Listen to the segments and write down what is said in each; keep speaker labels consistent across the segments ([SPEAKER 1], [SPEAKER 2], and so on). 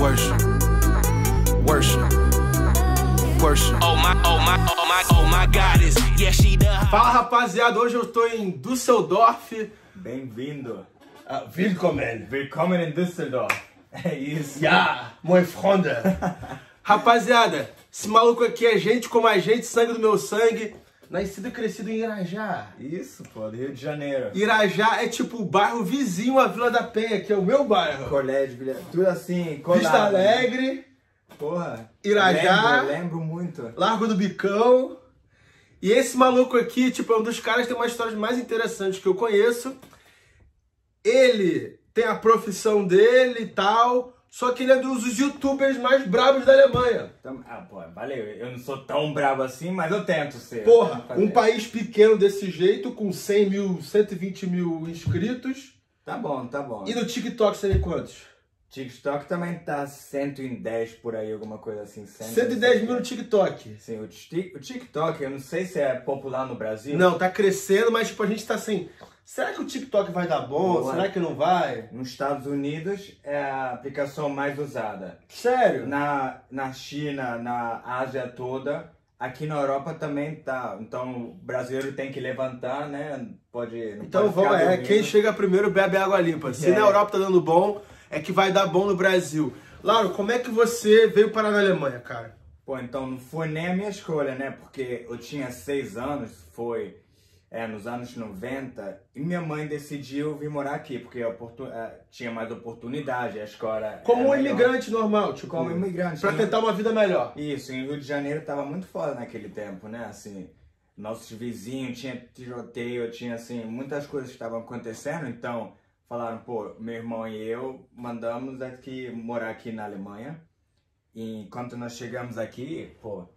[SPEAKER 1] Worship. Worship. Worship.
[SPEAKER 2] Oh my, oh my, oh my, oh my goddess. Yeah, she the
[SPEAKER 3] Fala rapaziada, hoje eu tô em Düsseldorf.
[SPEAKER 4] Bem-vindo.
[SPEAKER 3] Ah, willkommen.
[SPEAKER 4] Willkommen in Düsseldorf. É isso.
[SPEAKER 3] Ja, mein Freund. Rapaziada, esse maluco aqui é gente como a gente, sangue do meu sangue. Nascido e crescido em Irajá.
[SPEAKER 4] Isso, pô, do Rio de Janeiro.
[SPEAKER 3] Irajá é tipo o bairro vizinho à Vila da Penha, que é o meu bairro.
[SPEAKER 4] Colégio, Vila- tudo assim, colado.
[SPEAKER 3] Vista
[SPEAKER 1] né?
[SPEAKER 3] Alegre,
[SPEAKER 4] Porra.
[SPEAKER 3] Irajá.
[SPEAKER 4] Lembro, lembro muito.
[SPEAKER 3] Largo do Bicão. E esse maluco aqui, tipo, é um dos caras que tem uma história mais interessante que eu conheço. Ele tem a profissão dele e tal, só que ele é um dos youtubers mais bravos da Alemanha.
[SPEAKER 4] Tam- Ah, pô, valeu. Eu não sou tão brabo assim, mas eu tento ser.
[SPEAKER 3] Porra,
[SPEAKER 4] Fazer.
[SPEAKER 3] um país pequeno desse jeito, com 100 mil, 120 mil inscritos.
[SPEAKER 4] Tá bom, tá bom.
[SPEAKER 3] E no TikTok, você tem quantos?
[SPEAKER 4] TikTok também tá 110 por aí, alguma coisa assim.
[SPEAKER 3] 110 mil no TikTok.
[SPEAKER 4] Sim, o, ti- o TikTok, eu não sei se é popular no Brasil.
[SPEAKER 3] Não, tá crescendo, mas tipo, a gente tá assim. Será que o TikTok vai dar bom?
[SPEAKER 4] Boa.
[SPEAKER 3] Será que não vai?
[SPEAKER 4] Nos Estados Unidos é a aplicação mais usada.
[SPEAKER 3] Sério?
[SPEAKER 4] na, na China, na Ásia toda. Aqui na Europa também tá. Então o brasileiro tem que levantar, né? Pode. Não
[SPEAKER 3] Então
[SPEAKER 4] pode ficar
[SPEAKER 3] vamos, é,
[SPEAKER 4] dormindo.
[SPEAKER 3] quem chega primeiro bebe água limpa. Se
[SPEAKER 4] É.
[SPEAKER 3] na Europa tá dando bom, é que vai dar bom no Brasil. Lauro, como é que você veio parar na Alemanha, cara?
[SPEAKER 4] Pô, então não foi nem a minha escolha, né? Porque eu tinha seis anos, foi é, nos anos 90, e minha mãe decidiu vir morar aqui, porque a oportu- é, tinha mais oportunidade, a escola.
[SPEAKER 3] Como um
[SPEAKER 4] era melhor.
[SPEAKER 3] imigrante normal, tipo.
[SPEAKER 4] Como imigrante.
[SPEAKER 3] Pra
[SPEAKER 4] né?
[SPEAKER 3] tentar uma vida melhor.
[SPEAKER 4] Isso, em Rio de Janeiro tava muito foda naquele tempo, né? Assim, nossos vizinhos, tinha tiroteio, tinha assim, muitas coisas que estavam acontecendo, então falaram, pô, meu irmão e eu mandamos aqui morar aqui na Alemanha. E enquanto nós chegamos aqui, pô,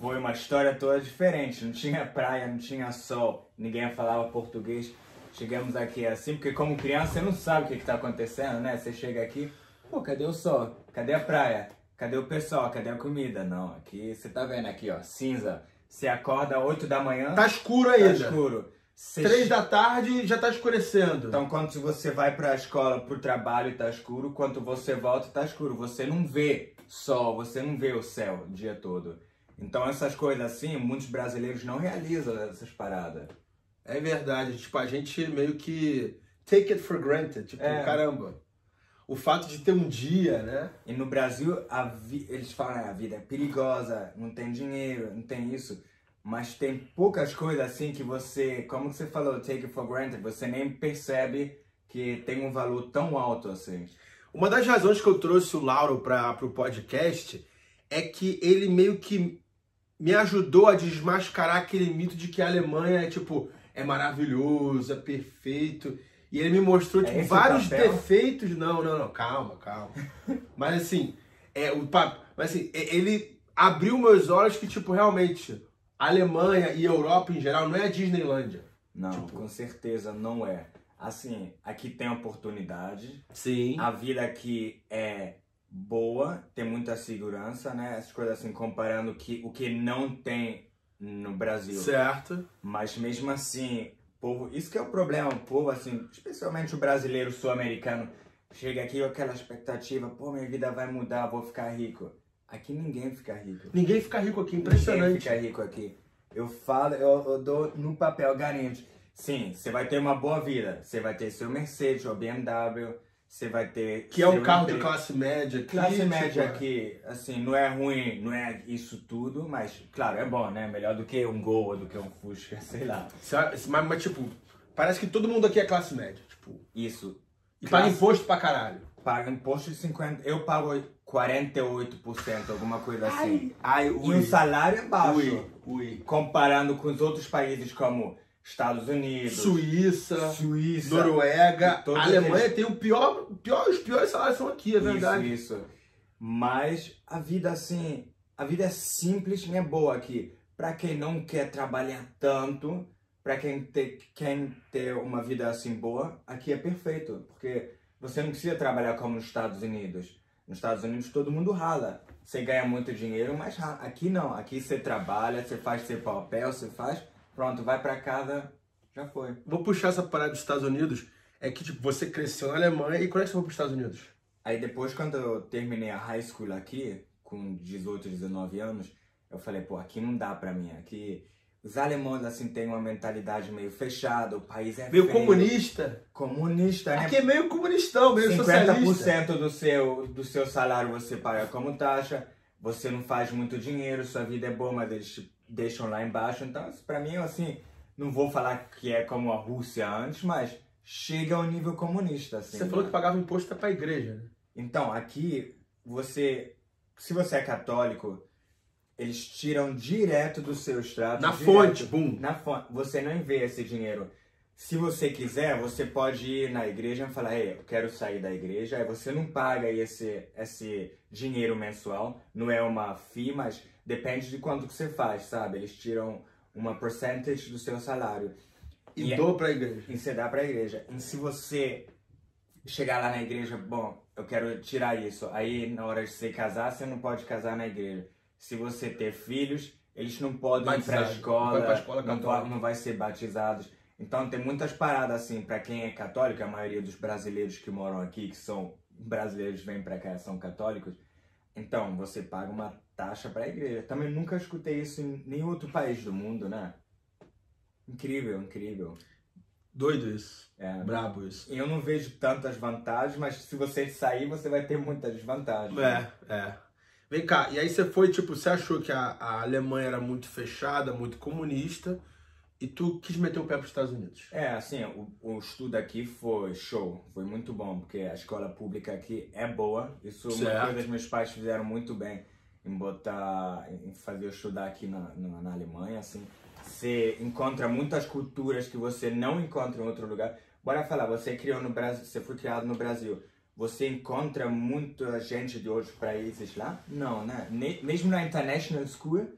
[SPEAKER 4] foi uma história toda diferente. Não tinha praia, não tinha sol, ninguém falava português. Chegamos aqui assim, porque como criança você não sabe o que, que tá acontecendo, né? Você chega aqui, pô, cadê o sol? Cadê a praia? Cadê o pessoal? Cadê a comida? Não, aqui você tá vendo aqui, ó, cinza. Você acorda 8 da manhã,
[SPEAKER 3] Tá escuro
[SPEAKER 4] tá
[SPEAKER 3] ainda.
[SPEAKER 4] escuro. Você
[SPEAKER 3] Três da tarde já tá escurecendo.
[SPEAKER 4] então, quando você vai pra escola, pro trabalho, tá escuro. Quando você volta, tá escuro. Você não vê sol, você não vê o céu o dia todo. Então, essas coisas assim, muitos brasileiros não realizam essas paradas.
[SPEAKER 3] É verdade, tipo, a gente meio que take it for granted, tipo,
[SPEAKER 4] É.
[SPEAKER 3] caramba. O fato de ter um dia, né?
[SPEAKER 4] E no Brasil, a vi- eles falam, "Ah, a vida é perigosa, não tem dinheiro, não tem isso. Mas tem poucas coisas assim que você, como você falou, take it for granted, você nem percebe que tem um valor tão alto assim.
[SPEAKER 3] Uma das razões que eu trouxe o Lauro para o podcast é que ele meio que me ajudou a desmascarar aquele mito de que a Alemanha é tipo é maravilhoso, é perfeito. E ele me mostrou
[SPEAKER 4] É
[SPEAKER 3] tipo,
[SPEAKER 4] esse o
[SPEAKER 3] vários
[SPEAKER 4] papel?
[SPEAKER 3] defeitos. Não, não, não, calma, calma. Mas assim, é o papo. Mas assim, e- ele abriu meus olhos que, tipo, realmente, a Alemanha e a Europa em geral não é a Disneylândia.
[SPEAKER 4] Não,
[SPEAKER 3] Tipo-
[SPEAKER 4] com certeza não é. Assim, aqui tem oportunidade,
[SPEAKER 3] Sim.
[SPEAKER 4] a vida aqui é boa, tem muita segurança, né? Essas coisas assim, comparando que, o que não tem no Brasil.
[SPEAKER 3] Certo.
[SPEAKER 4] Mas mesmo assim, o povo, isso que é o problema, o povo assim, especialmente o brasileiro sul-americano, chega aqui com aquela expectativa, pô, minha vida vai mudar, vou ficar rico. Aqui ninguém fica rico.
[SPEAKER 3] Ninguém fica rico aqui,
[SPEAKER 4] Ninguém
[SPEAKER 3] impressionante.
[SPEAKER 4] fica rico aqui. Eu falo, eu, eu dou no papel, garanto. Sim, você vai ter uma boa vida. Você vai ter seu Mercedes ou BMW. Você vai ter.
[SPEAKER 3] Que é um
[SPEAKER 4] seu
[SPEAKER 3] carro de
[SPEAKER 4] emprego.
[SPEAKER 3] classe média. que,
[SPEAKER 4] Classe
[SPEAKER 3] tipo,
[SPEAKER 4] média aqui, assim, não é ruim, não é isso tudo, mas, claro, é bom, né? Melhor do que um Gol, do que um Fusca, sei lá.
[SPEAKER 3] Sabe? Mas, mas, tipo, parece que todo mundo aqui é classe média. Tipo,
[SPEAKER 4] Isso.
[SPEAKER 3] e
[SPEAKER 4] Classe-
[SPEAKER 3] paga imposto pra caralho.
[SPEAKER 4] Paga imposto de 50. Eu pago 48%, alguma coisa assim.
[SPEAKER 3] Ai,
[SPEAKER 4] E o salário é baixo.
[SPEAKER 3] Ui, ui.
[SPEAKER 4] Comparando com os outros países como Estados Unidos,
[SPEAKER 3] Suíça,
[SPEAKER 4] Suíça,
[SPEAKER 3] Noruega,
[SPEAKER 4] Todos
[SPEAKER 3] Alemanha tem o pior, o pior, os piores salários são aqui, é verdade.
[SPEAKER 4] Isso, isso. Mas a vida assim, a vida é simples, né? Boa aqui. Pra quem não quer trabalhar tanto, pra quem te, quem ter uma vida assim boa, aqui é perfeito, porque você não precisa trabalhar como nos Estados Unidos. Nos Estados Unidos todo mundo rala. Você ganha muito dinheiro, mas ra- aqui não. Aqui você trabalha, você faz seu papel, você faz, pronto, vai pra casa, já foi.
[SPEAKER 3] Vou puxar essa parada dos Estados Unidos. É que, tipo, você cresceu na Alemanha e quando é que você foi pros Estados Unidos?
[SPEAKER 4] Aí depois, quando eu terminei a high school aqui, com 18, 19 anos, eu falei, pô, aqui não dá pra mim. Aqui os alemães, assim, têm uma mentalidade meio fechada, o país é
[SPEAKER 3] Meio
[SPEAKER 4] feio.
[SPEAKER 3] comunista.
[SPEAKER 4] Comunista, né?
[SPEAKER 3] Aqui é meio comunistão, meio socialista.
[SPEAKER 4] 50% do seu, do seu salário você paga como taxa, você não faz muito dinheiro, sua vida é boa, mas eles te deixam lá embaixo. Então, isso pra mim, assim, não vou falar que é como a Rússia antes, mas chega ao nível comunista, assim.
[SPEAKER 3] Você falou
[SPEAKER 4] né?
[SPEAKER 3] que pagava imposto pra igreja, né?
[SPEAKER 4] Então, aqui, você. Se você é católico, eles tiram direto do seu extrato.
[SPEAKER 3] Na
[SPEAKER 4] direto.
[SPEAKER 3] fonte, bum.
[SPEAKER 4] Na fonte. Você não vê esse dinheiro. Se você quiser, você pode ir na igreja e falar, ei, eu quero sair da igreja. Aí você não paga esse, esse dinheiro mensual. Não é uma FII, mas depende de quanto que você faz, sabe? Eles tiram uma percentage do seu salário
[SPEAKER 3] E
[SPEAKER 4] Yeah.
[SPEAKER 3] dou pra igreja.
[SPEAKER 4] e é. você dá pra igreja. E se você chegar lá na igreja, bom, eu quero tirar isso. Aí na hora de você casar, você não pode casar na igreja. Se você ter filhos, eles não podem ir pra
[SPEAKER 3] Batizado.
[SPEAKER 4] escola,
[SPEAKER 3] Vai pra escola
[SPEAKER 4] não,
[SPEAKER 3] católica.
[SPEAKER 4] po- não vai ser batizados. Então tem muitas paradas assim, pra quem é católico, a maioria dos brasileiros que moram aqui, que são brasileiros, vêm pra cá, são católicos. Então, você paga uma taxa pra igreja. Também nunca escutei isso em nenhum outro país do mundo, né? Incrível, incrível.
[SPEAKER 3] Doido isso.
[SPEAKER 4] É.
[SPEAKER 3] Brabo isso.
[SPEAKER 4] Eu não vejo tantas vantagens, mas se você sair, você vai ter muitas desvantagens.
[SPEAKER 3] É, é. Vem cá, e aí você foi, tipo, você achou que a, a Alemanha era muito fechada, muito comunista, e tu quis meter o pé pros Estados Unidos.
[SPEAKER 4] É, assim, o, o estudo aqui foi show, foi muito bom, porque a escola pública aqui é boa. Isso é uma
[SPEAKER 3] Certo.
[SPEAKER 4] coisa que meus pais fizeram muito bem em botar, em fazer eu estudar aqui na, na, na Alemanha, assim. Você encontra muitas culturas que você não encontra em outro lugar. Bora falar, você criou no Brasil, você foi criado no Brasil. Você encontra muita gente de outros países lá? Não, né? Ne- mesmo na International School,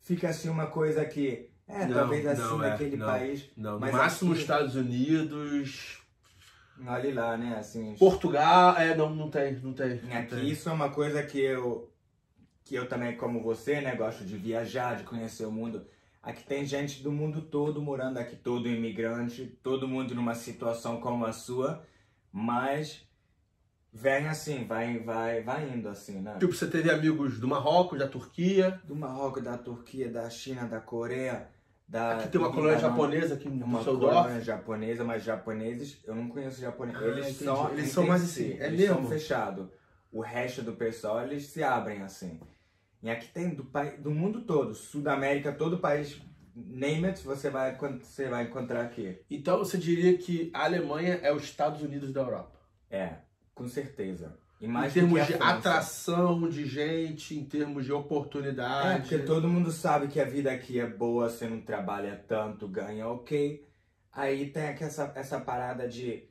[SPEAKER 4] fica assim uma coisa que... É,
[SPEAKER 3] Não,
[SPEAKER 4] talvez
[SPEAKER 3] não,
[SPEAKER 4] assim
[SPEAKER 3] é,
[SPEAKER 4] daquele
[SPEAKER 3] não,
[SPEAKER 4] país.
[SPEAKER 3] Não, no
[SPEAKER 4] mas
[SPEAKER 3] máximo
[SPEAKER 4] aqui-
[SPEAKER 3] os Estados Unidos,
[SPEAKER 4] Olha lá, né? Assim,
[SPEAKER 3] Portugal, é, não, não tem, não tem. não
[SPEAKER 4] aqui
[SPEAKER 3] tem.
[SPEAKER 4] isso é uma coisa que eu que eu também, como você, né, gosto de viajar, de conhecer o mundo. Aqui tem gente do mundo todo morando aqui, todo imigrante, todo mundo numa situação como a sua, mas vem assim, vai, vai, vai indo assim, né?
[SPEAKER 3] Tipo, você teve amigos do Marrocos, da Turquia,
[SPEAKER 4] Do Marrocos, da Turquia, da China, da Coreia, da
[SPEAKER 3] aqui tem uma
[SPEAKER 4] do
[SPEAKER 3] colônia
[SPEAKER 4] Líbano.
[SPEAKER 3] japonesa aqui
[SPEAKER 4] É
[SPEAKER 3] no
[SPEAKER 4] uma
[SPEAKER 3] Seudorf.
[SPEAKER 4] colônia japonesa, mas japoneses, eu não conheço japoneses.
[SPEAKER 3] Ah,
[SPEAKER 4] eles
[SPEAKER 3] entendi.
[SPEAKER 4] são,
[SPEAKER 3] Eles são mais assim, é
[SPEAKER 4] eles são
[SPEAKER 3] mesmo?
[SPEAKER 4] fechados. O resto do pessoal, eles se abrem assim. E aqui tem do, pai- do mundo todo, Sudamérica, todo país, name it, você vai, encont- você vai encontrar aqui.
[SPEAKER 3] Então você diria que a Alemanha é os Estados Unidos da Europa.
[SPEAKER 4] É, com certeza. E mais
[SPEAKER 3] em
[SPEAKER 4] do
[SPEAKER 3] termos
[SPEAKER 4] que
[SPEAKER 3] de
[SPEAKER 4] a França.
[SPEAKER 3] atração de gente, em termos de
[SPEAKER 4] É,
[SPEAKER 3] oportunidade.
[SPEAKER 4] porque todo mundo sabe que a vida aqui é boa, você não trabalha tanto, ganha ok. Aí tem aqui essa, essa parada de.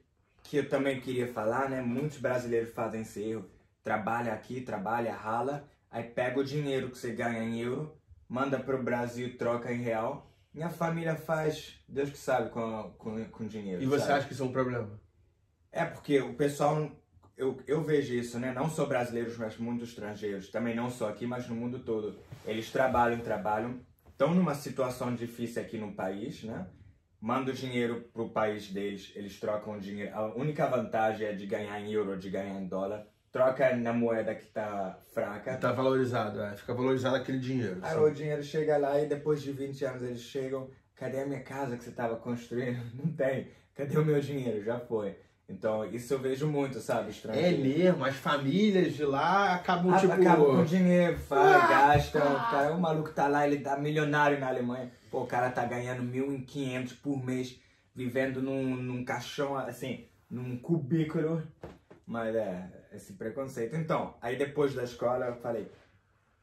[SPEAKER 4] que eu também queria falar, né? Muitos brasileiros fazem esse erro. Trabalha aqui, trabalha, rala. Aí pega o dinheiro que você ganha em euro, manda pro Brasil, troca em real. Minha família faz, Deus que sabe, com, com, com dinheiro.
[SPEAKER 3] E você
[SPEAKER 4] sabe?
[SPEAKER 3] acha que isso é um problema?
[SPEAKER 4] É porque o pessoal, eu, eu vejo isso, né? Não só brasileiros, mas muitos estrangeiros. Também não só aqui, mas no mundo todo. Eles trabalham, trabalham, estão numa situação difícil aqui no país, né? Mandam dinheiro pro país deles, eles trocam dinheiro. A única vantagem é de ganhar em euro, de ganhar em dólar. Troca na moeda que tá fraca.
[SPEAKER 3] Tá valorizado, é. Fica valorizado aquele dinheiro. assim.
[SPEAKER 4] Aí
[SPEAKER 3] sabe?
[SPEAKER 4] o dinheiro chega lá e depois de 20 anos eles chegam. Cadê a minha casa que você tava construindo? Não tem. Cadê o meu dinheiro? Já foi. Então, isso eu vejo muito, sabe?
[SPEAKER 3] É
[SPEAKER 4] Estrangeiro.
[SPEAKER 3] mesmo, as famílias de lá acabam,
[SPEAKER 4] Ah,
[SPEAKER 3] tipo. Ah,
[SPEAKER 4] Acaba com o dinheiro, fala, gasta. O, cara, o maluco tá lá, ele tá milionário na Alemanha. Pô, o cara tá ganhando 1.500 por mês, vivendo num, num caixão, assim, num cubículo. Mas é, esse preconceito. Então, aí depois da escola eu falei,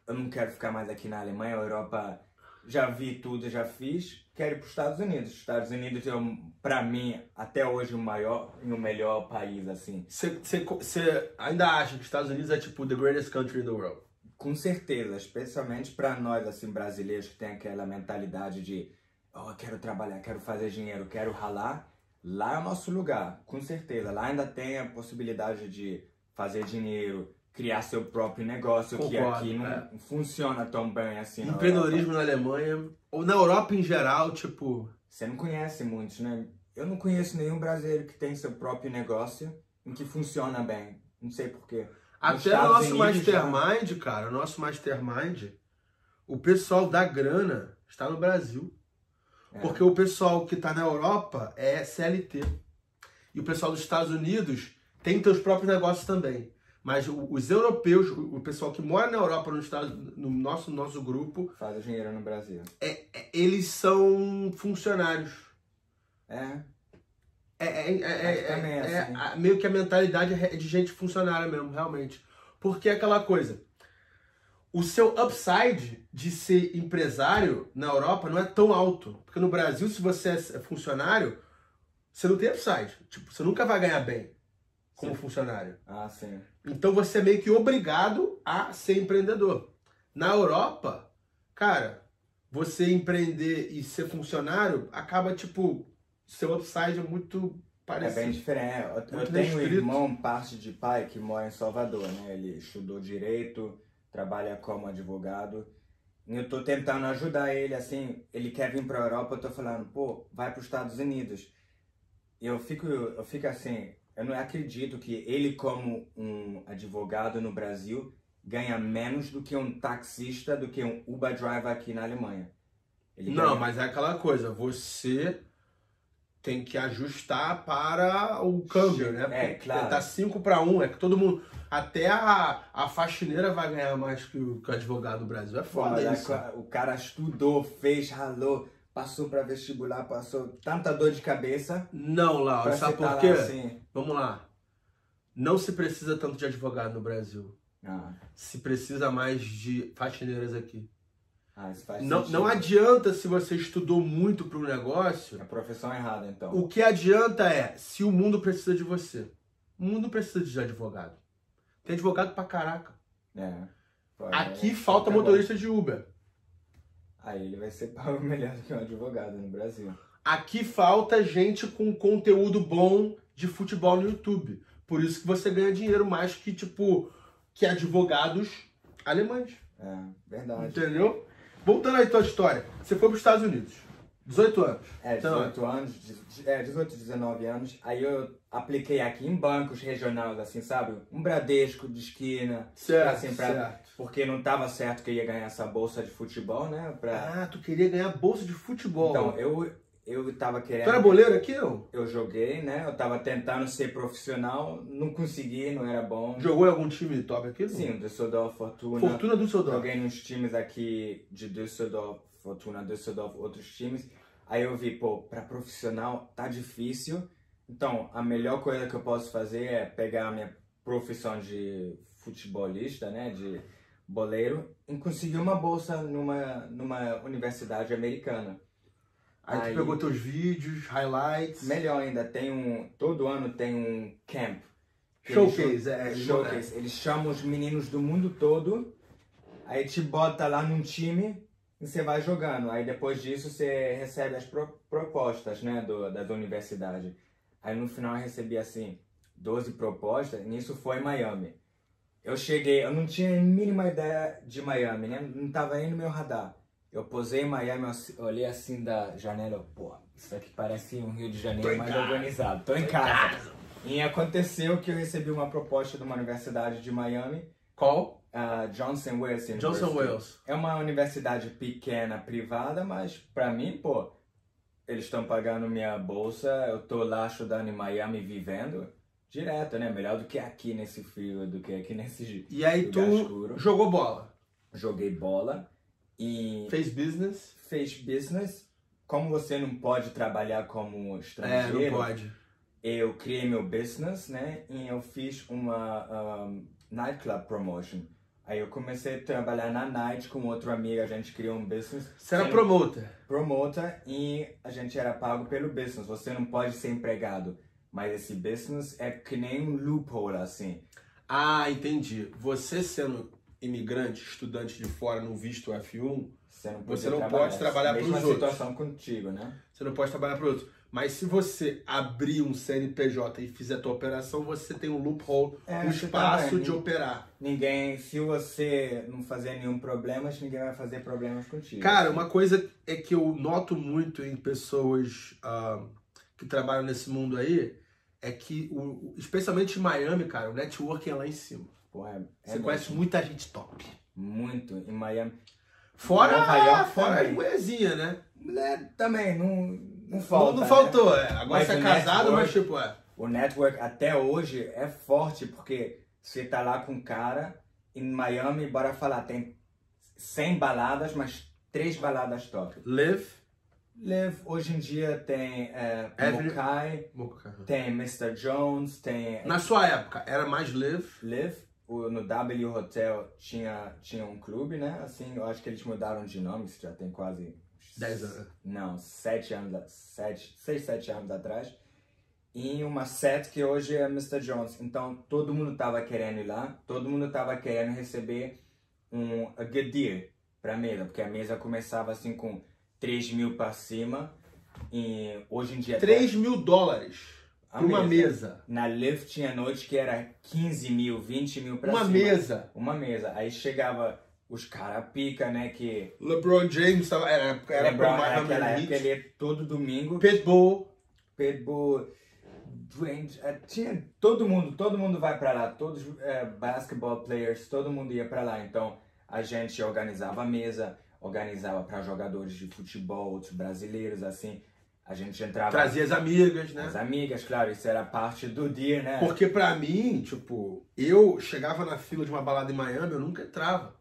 [SPEAKER 4] eu não quero ficar mais aqui na Alemanha, a Europa já vi tudo, já fiz, quero ir para os Estados Unidos. Os Estados Unidos é, um- pra mim, até hoje, o maior e o melhor país, assim.
[SPEAKER 3] Você- Você você ainda acha que os Estados Unidos é tipo the greatest country in the world?
[SPEAKER 4] Com certeza, especialmente pra nós assim brasileiros que tem aquela mentalidade de, ó, eu quero trabalhar, quero fazer dinheiro, quero ralar. Lá é o nosso lugar, com certeza. Lá ainda tem a possibilidade de fazer dinheiro, criar seu próprio negócio,
[SPEAKER 3] Concordo,
[SPEAKER 4] que aqui não
[SPEAKER 3] é.
[SPEAKER 4] funciona tão bem assim. na Europa.
[SPEAKER 3] Empreendedorismo na Alemanha, ou na Europa em geral, tipo.
[SPEAKER 4] Você não conhece muitos, né? Eu não conheço nenhum brasileiro que tem seu próprio negócio em que funciona bem. Não sei porquê.
[SPEAKER 3] Até o nosso mastermind, cara, o nosso mastermind, o pessoal da grana está no Brasil.
[SPEAKER 4] É.
[SPEAKER 3] Porque o pessoal que está na Europa é CLT. E o pessoal dos Estados Unidos tem teus próprios negócios também. Mas o- os europeus, o o pessoal que mora na Europa, no, estado, no nosso, nosso grupo,
[SPEAKER 4] Faz dinheiro no Brasil.
[SPEAKER 3] é- eles são funcionários.
[SPEAKER 4] É.
[SPEAKER 3] É, é, é, é,
[SPEAKER 4] também é
[SPEAKER 3] é,
[SPEAKER 4] assim.
[SPEAKER 3] a- meio que a mentalidade é de gente funcionária mesmo, realmente. Porque é aquela coisa. O seu upside de ser empresário na Europa não é tão alto. Porque no Brasil, se você é funcionário, você não tem upside. Tipo, você nunca vai ganhar bem como
[SPEAKER 4] Sim.
[SPEAKER 3] funcionário.
[SPEAKER 4] Ah, sim.
[SPEAKER 3] Então você é meio que obrigado a ser empreendedor. Na Europa, cara, você empreender e ser funcionário acaba tipo seu upside é muito
[SPEAKER 4] É
[SPEAKER 3] parecido.
[SPEAKER 4] bem diferente. Eu- Eu,
[SPEAKER 3] Muito bem
[SPEAKER 4] tenho um
[SPEAKER 3] escrito.
[SPEAKER 4] irmão, parte de pai, que mora em Salvador, né? Ele estudou direito, trabalha como advogado. E eu tô tentando ajudar ele, assim, ele quer vir pra Europa, eu tô falando, pô, vai pros Estados Unidos. E eu fico, eu fico assim, eu não acredito que ele, como um advogado no Brasil, ganha menos do que um taxista, do que um Uber driver aqui na Alemanha. Ele
[SPEAKER 3] Não,
[SPEAKER 4] ganha-
[SPEAKER 3] mas é aquela coisa, você tem que ajustar para o câmbio, né?
[SPEAKER 4] É,
[SPEAKER 3] Porque
[SPEAKER 4] claro.
[SPEAKER 3] Tá 5 para 1, é que todo mundo. Até a, a faxineira vai ganhar mais que o, que o advogado no Brasil. É
[SPEAKER 4] Pô,
[SPEAKER 3] foda
[SPEAKER 4] mas a
[SPEAKER 3] isso.
[SPEAKER 4] ca- o cara estudou, fez, ralou, passou pra vestibular, passou tanta dor de cabeça.
[SPEAKER 3] Não, Laura,
[SPEAKER 4] pra
[SPEAKER 3] Ah, sabe
[SPEAKER 4] você tá
[SPEAKER 3] por
[SPEAKER 4] lá
[SPEAKER 3] quê?
[SPEAKER 4] assim.
[SPEAKER 3] Vamos lá. Não se precisa tanto de advogado no Brasil.
[SPEAKER 4] Ah,
[SPEAKER 3] Se precisa mais de faxineiras aqui.
[SPEAKER 4] ah, isso faz
[SPEAKER 3] Não,
[SPEAKER 4] sentido.
[SPEAKER 3] não adianta se você estudou muito para um negócio.
[SPEAKER 4] É a profissão errada, então.
[SPEAKER 3] O que adianta é se o mundo precisa de você. O mundo precisa de advogado. Tem advogado pra caraca.
[SPEAKER 4] É. Pô,
[SPEAKER 3] Aqui
[SPEAKER 4] é-
[SPEAKER 3] falta
[SPEAKER 4] acabou.
[SPEAKER 3] motorista de Uber.
[SPEAKER 4] Aí ele vai ser pago melhor do que um advogado no Brasil.
[SPEAKER 3] Aqui falta gente com conteúdo bom de futebol no YouTube. Por isso que você ganha dinheiro mais que, tipo, que advogados alemães.
[SPEAKER 4] É, verdade.
[SPEAKER 3] Entendeu? Voltando aí à tua história. Você foi para os Estados Unidos. 18 anos.
[SPEAKER 4] É,
[SPEAKER 3] Então,
[SPEAKER 4] 18 anos, de- é, 18, 19 anos. Aí eu apliquei aqui em bancos regionais, assim, sabe? Um Bradesco de esquina.
[SPEAKER 3] Certo,
[SPEAKER 4] assim, pra-
[SPEAKER 3] certo.
[SPEAKER 4] Porque não tava certo que eu ia ganhar essa bolsa de futebol, né? Pra...
[SPEAKER 3] Ah, tu queria ganhar bolsa de futebol.
[SPEAKER 4] Então, é. eu, eu tava
[SPEAKER 3] tu
[SPEAKER 4] querendo.
[SPEAKER 3] era boleiro aqui, não?
[SPEAKER 4] Eu joguei, né? Eu tava tentando ser profissional, não consegui, não era bom.
[SPEAKER 3] Jogou em algum time top aqui? Não?
[SPEAKER 4] Sim, Düsseldorf, Fortuna.
[SPEAKER 3] Fortuna do Sodor.
[SPEAKER 4] Joguei nos times aqui de Düsseldorf, Fortuna, Düsseldorf, outros times. Aí eu vi, pô, pra profissional tá difícil. Então, a melhor coisa que eu posso fazer é pegar a minha profissão de futebolista, né? De boleiro, e conseguir uma bolsa numa, numa universidade americana.
[SPEAKER 3] Aí tu
[SPEAKER 4] Aí-
[SPEAKER 3] pegou teus vídeos, highlights.
[SPEAKER 4] Melhor ainda, tem um. Todo ano tem um camp. que eles
[SPEAKER 3] Showcase,
[SPEAKER 4] cham-
[SPEAKER 3] é.
[SPEAKER 4] showcase. Eles chamam os meninos do mundo todo, aí te bota lá num time e você vai jogando. Aí depois disso você recebe as pro- propostas, né, do, da, da universidade. Aí no final eu recebi assim, 12 propostas, nisso foi Miami. Eu cheguei, eu não tinha a mínima ideia de Miami, né? Não tava nem no meu radar. Eu posei em Miami, eu assi- olhei assim da janela, eu, pô, isso aqui parece um Rio de Janeiro mais organizado. Tô em casa. E aconteceu que eu recebi uma proposta de uma universidade de Miami,
[SPEAKER 3] Qual?
[SPEAKER 4] a Johnson Wales University.
[SPEAKER 3] Johnson Wales.
[SPEAKER 4] É uma universidade pequena, privada, mas pra mim, pô, eles estão pagando minha bolsa, eu tô lá estudando em Miami vivendo direto, né? Melhor do que aqui nesse frio, do que aqui nesse
[SPEAKER 3] E aí
[SPEAKER 4] lugar
[SPEAKER 3] tu
[SPEAKER 4] escuro.
[SPEAKER 3] jogou bola.
[SPEAKER 4] Joguei bola e
[SPEAKER 3] Fez business.
[SPEAKER 4] fez business. Como você não pode trabalhar como
[SPEAKER 3] É,
[SPEAKER 4] estrangeiro,
[SPEAKER 3] não pode.
[SPEAKER 4] eu criei meu business, né? E eu fiz uma um, nightclub promotion. Aí eu comecei a trabalhar na night com outro amigo, a gente criou um business.
[SPEAKER 3] Você era
[SPEAKER 4] Sendo
[SPEAKER 3] promoter.
[SPEAKER 4] promoter e a gente era pago pelo business. Você não pode ser empregado, mas esse business é que nem um loophole, assim.
[SPEAKER 3] Ah, entendi. Você sendo imigrante, estudante de fora, no visto F1,
[SPEAKER 4] Você não,
[SPEAKER 3] Você
[SPEAKER 4] podia
[SPEAKER 3] não
[SPEAKER 4] trabalhar.
[SPEAKER 3] pode trabalhar
[SPEAKER 4] Mesma
[SPEAKER 3] pros outros.
[SPEAKER 4] situação contigo, né?
[SPEAKER 3] Você não pode trabalhar para outro. Mas se você abrir um CNPJ e fizer a tua operação, você tem um loophole,
[SPEAKER 4] É,
[SPEAKER 3] um
[SPEAKER 4] você
[SPEAKER 3] espaço
[SPEAKER 4] trabalha,
[SPEAKER 3] de
[SPEAKER 4] né?
[SPEAKER 3] operar.
[SPEAKER 4] Ninguém, se você não fazer nenhum problema, ninguém vai fazer problemas contigo.
[SPEAKER 3] Cara, uma coisa é que eu noto muito em pessoas ah, que trabalham nesse mundo aí é que, o, o- especialmente em Miami, cara, o networking é lá em cima.
[SPEAKER 4] Porra, é- é
[SPEAKER 3] Você conhece
[SPEAKER 4] mesmo.
[SPEAKER 3] muita gente top.
[SPEAKER 4] muito em Miami.
[SPEAKER 3] Fora,
[SPEAKER 4] É Nova York
[SPEAKER 3] fora a
[SPEAKER 4] também.
[SPEAKER 3] moezinha, né?
[SPEAKER 4] É, também, não, não
[SPEAKER 3] Não,
[SPEAKER 4] falta.
[SPEAKER 3] não
[SPEAKER 4] né?
[SPEAKER 3] faltou. é. Agora
[SPEAKER 4] Mas
[SPEAKER 3] você é
[SPEAKER 4] o
[SPEAKER 3] casado,
[SPEAKER 4] network-
[SPEAKER 3] mas tipo, é.
[SPEAKER 4] O network até hoje é forte porque você tá lá com um cara em Miami, bora falar, tem 100 baladas, mas três baladas top.
[SPEAKER 3] Live.
[SPEAKER 4] Live, hoje em dia tem é,
[SPEAKER 3] Every-
[SPEAKER 4] Mokai, tem Mr. Jones, tem eh,
[SPEAKER 3] Na sua época, era mais live.
[SPEAKER 4] Live. O- No W Hotel tinha, tinha um clube, né? Assim, eu acho que eles mudaram de nome, isso já tem quase.
[SPEAKER 3] Dez anos.
[SPEAKER 4] Não, sete anos. a- Sete, seis, sete anos atrás. E uma set que hoje é Mr. Jones. Então todo mundo tava querendo ir lá, todo mundo tava querendo receber um a good deal pra mesa, porque a mesa começava assim com 3 mil pra cima. E hoje em dia.
[SPEAKER 3] 3 mil dólares
[SPEAKER 4] A
[SPEAKER 3] por uma
[SPEAKER 4] mesa.
[SPEAKER 3] mesa.
[SPEAKER 4] Na Lyft tinha noite que era 15 mil, 20 mil pra
[SPEAKER 3] Uma
[SPEAKER 4] cima.
[SPEAKER 3] mesa.
[SPEAKER 4] Uma mesa. Aí chegava os cara pica, né? Que
[SPEAKER 3] LeBron James tava, era, era
[SPEAKER 4] LeBron,
[SPEAKER 3] pro Miami
[SPEAKER 4] naquela época
[SPEAKER 3] Heat.
[SPEAKER 4] ele ia todo domingo.
[SPEAKER 3] Pitbull.
[SPEAKER 4] Pedro, Dwayne, eh, tinha todo mundo, todo mundo vai pra lá, todos eh, basketball players, todo mundo ia pra lá. Então a gente organizava a mesa, organizava pra jogadores de futebol, outros brasileiros, assim. A gente entrava
[SPEAKER 3] Trazia as amigas, né?
[SPEAKER 4] as amigas, claro, isso era parte do dia, né?
[SPEAKER 3] Porque pra mim, tipo, eu chegava na fila de uma balada em Miami, eu nunca entrava.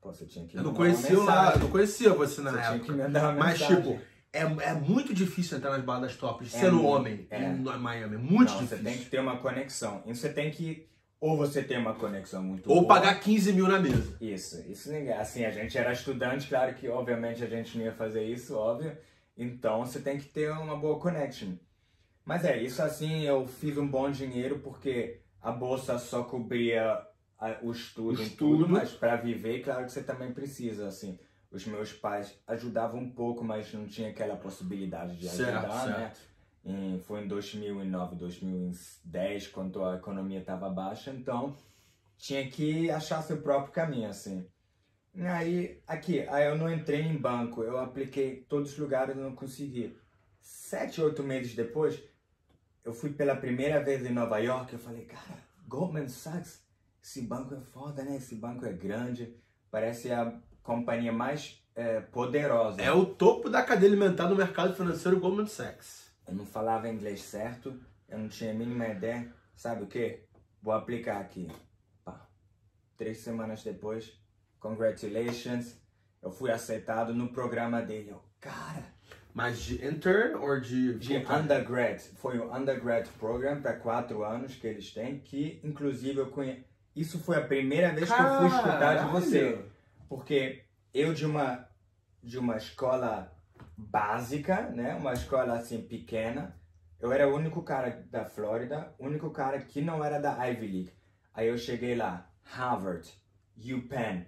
[SPEAKER 4] Pô, você tinha que
[SPEAKER 3] Eu não
[SPEAKER 4] mandar uma
[SPEAKER 3] conhecia o lá, eu
[SPEAKER 4] mensagem.
[SPEAKER 3] não conhecia você na
[SPEAKER 4] Você tinha que
[SPEAKER 3] época.
[SPEAKER 4] mandar uma
[SPEAKER 3] Mas,
[SPEAKER 4] mensagem.
[SPEAKER 3] tipo, é, é muito difícil entrar nas baladas tops sendo
[SPEAKER 4] muito,
[SPEAKER 3] homem
[SPEAKER 4] é.
[SPEAKER 3] em Miami. É muito
[SPEAKER 4] Não,
[SPEAKER 3] difícil.
[SPEAKER 4] Você tem que ter uma conexão. E você tem que. Ou você tem uma conexão muito
[SPEAKER 3] Ou
[SPEAKER 4] boa.
[SPEAKER 3] pagar 15 mil na mesa.
[SPEAKER 4] Isso, isso ninguém. Assim, a gente era estudante, claro que obviamente a gente não ia fazer isso, óbvio. Então você tem que ter uma boa connection. Mas é, isso assim, eu fiz um bom dinheiro porque a bolsa só cobria a- o estudo
[SPEAKER 3] O
[SPEAKER 4] e tudo,
[SPEAKER 3] estudo.
[SPEAKER 4] mas para viver, claro que você também precisa, assim. Os meus pais ajudavam um pouco, mas não tinha aquela possibilidade de
[SPEAKER 3] Certo,
[SPEAKER 4] ajudar, né? Em- foi em 2009, 2010, quando a economia estava baixa, então tinha que achar seu próprio caminho, assim. E Aí, aqui, aí eu não entrei em banco, eu apliquei em todos os lugares e não consegui. Sete, oito meses depois, eu fui pela primeira vez em Nova York, eu falei, cara, Goldman Sachs, esse banco é foda, né? Esse banco é grande, parece a companhia mais eh, poderosa.
[SPEAKER 3] É o topo da cadeia alimentar do mercado financeiro Goldman Sachs.
[SPEAKER 4] Eu não falava inglês certo, eu não tinha a mínima ideia. Sabe o que? Vou aplicar aqui. Pá. Três semanas depois, congratulations, eu fui aceitado no programa dele. Eu, cara,
[SPEAKER 3] Mas de intern ou de...
[SPEAKER 4] de undergrad, foi o undergrad program para quatro anos que eles têm, que inclusive eu conheço. Isso foi a primeira vez que eu fui escutar de você.
[SPEAKER 3] Caralho.
[SPEAKER 4] Porque eu de uma de uma escola básica, né? Uma escola assim pequena, eu era o único cara da Flórida, o único cara que não era da Ivy League. Aí eu cheguei lá, Harvard, UPenn,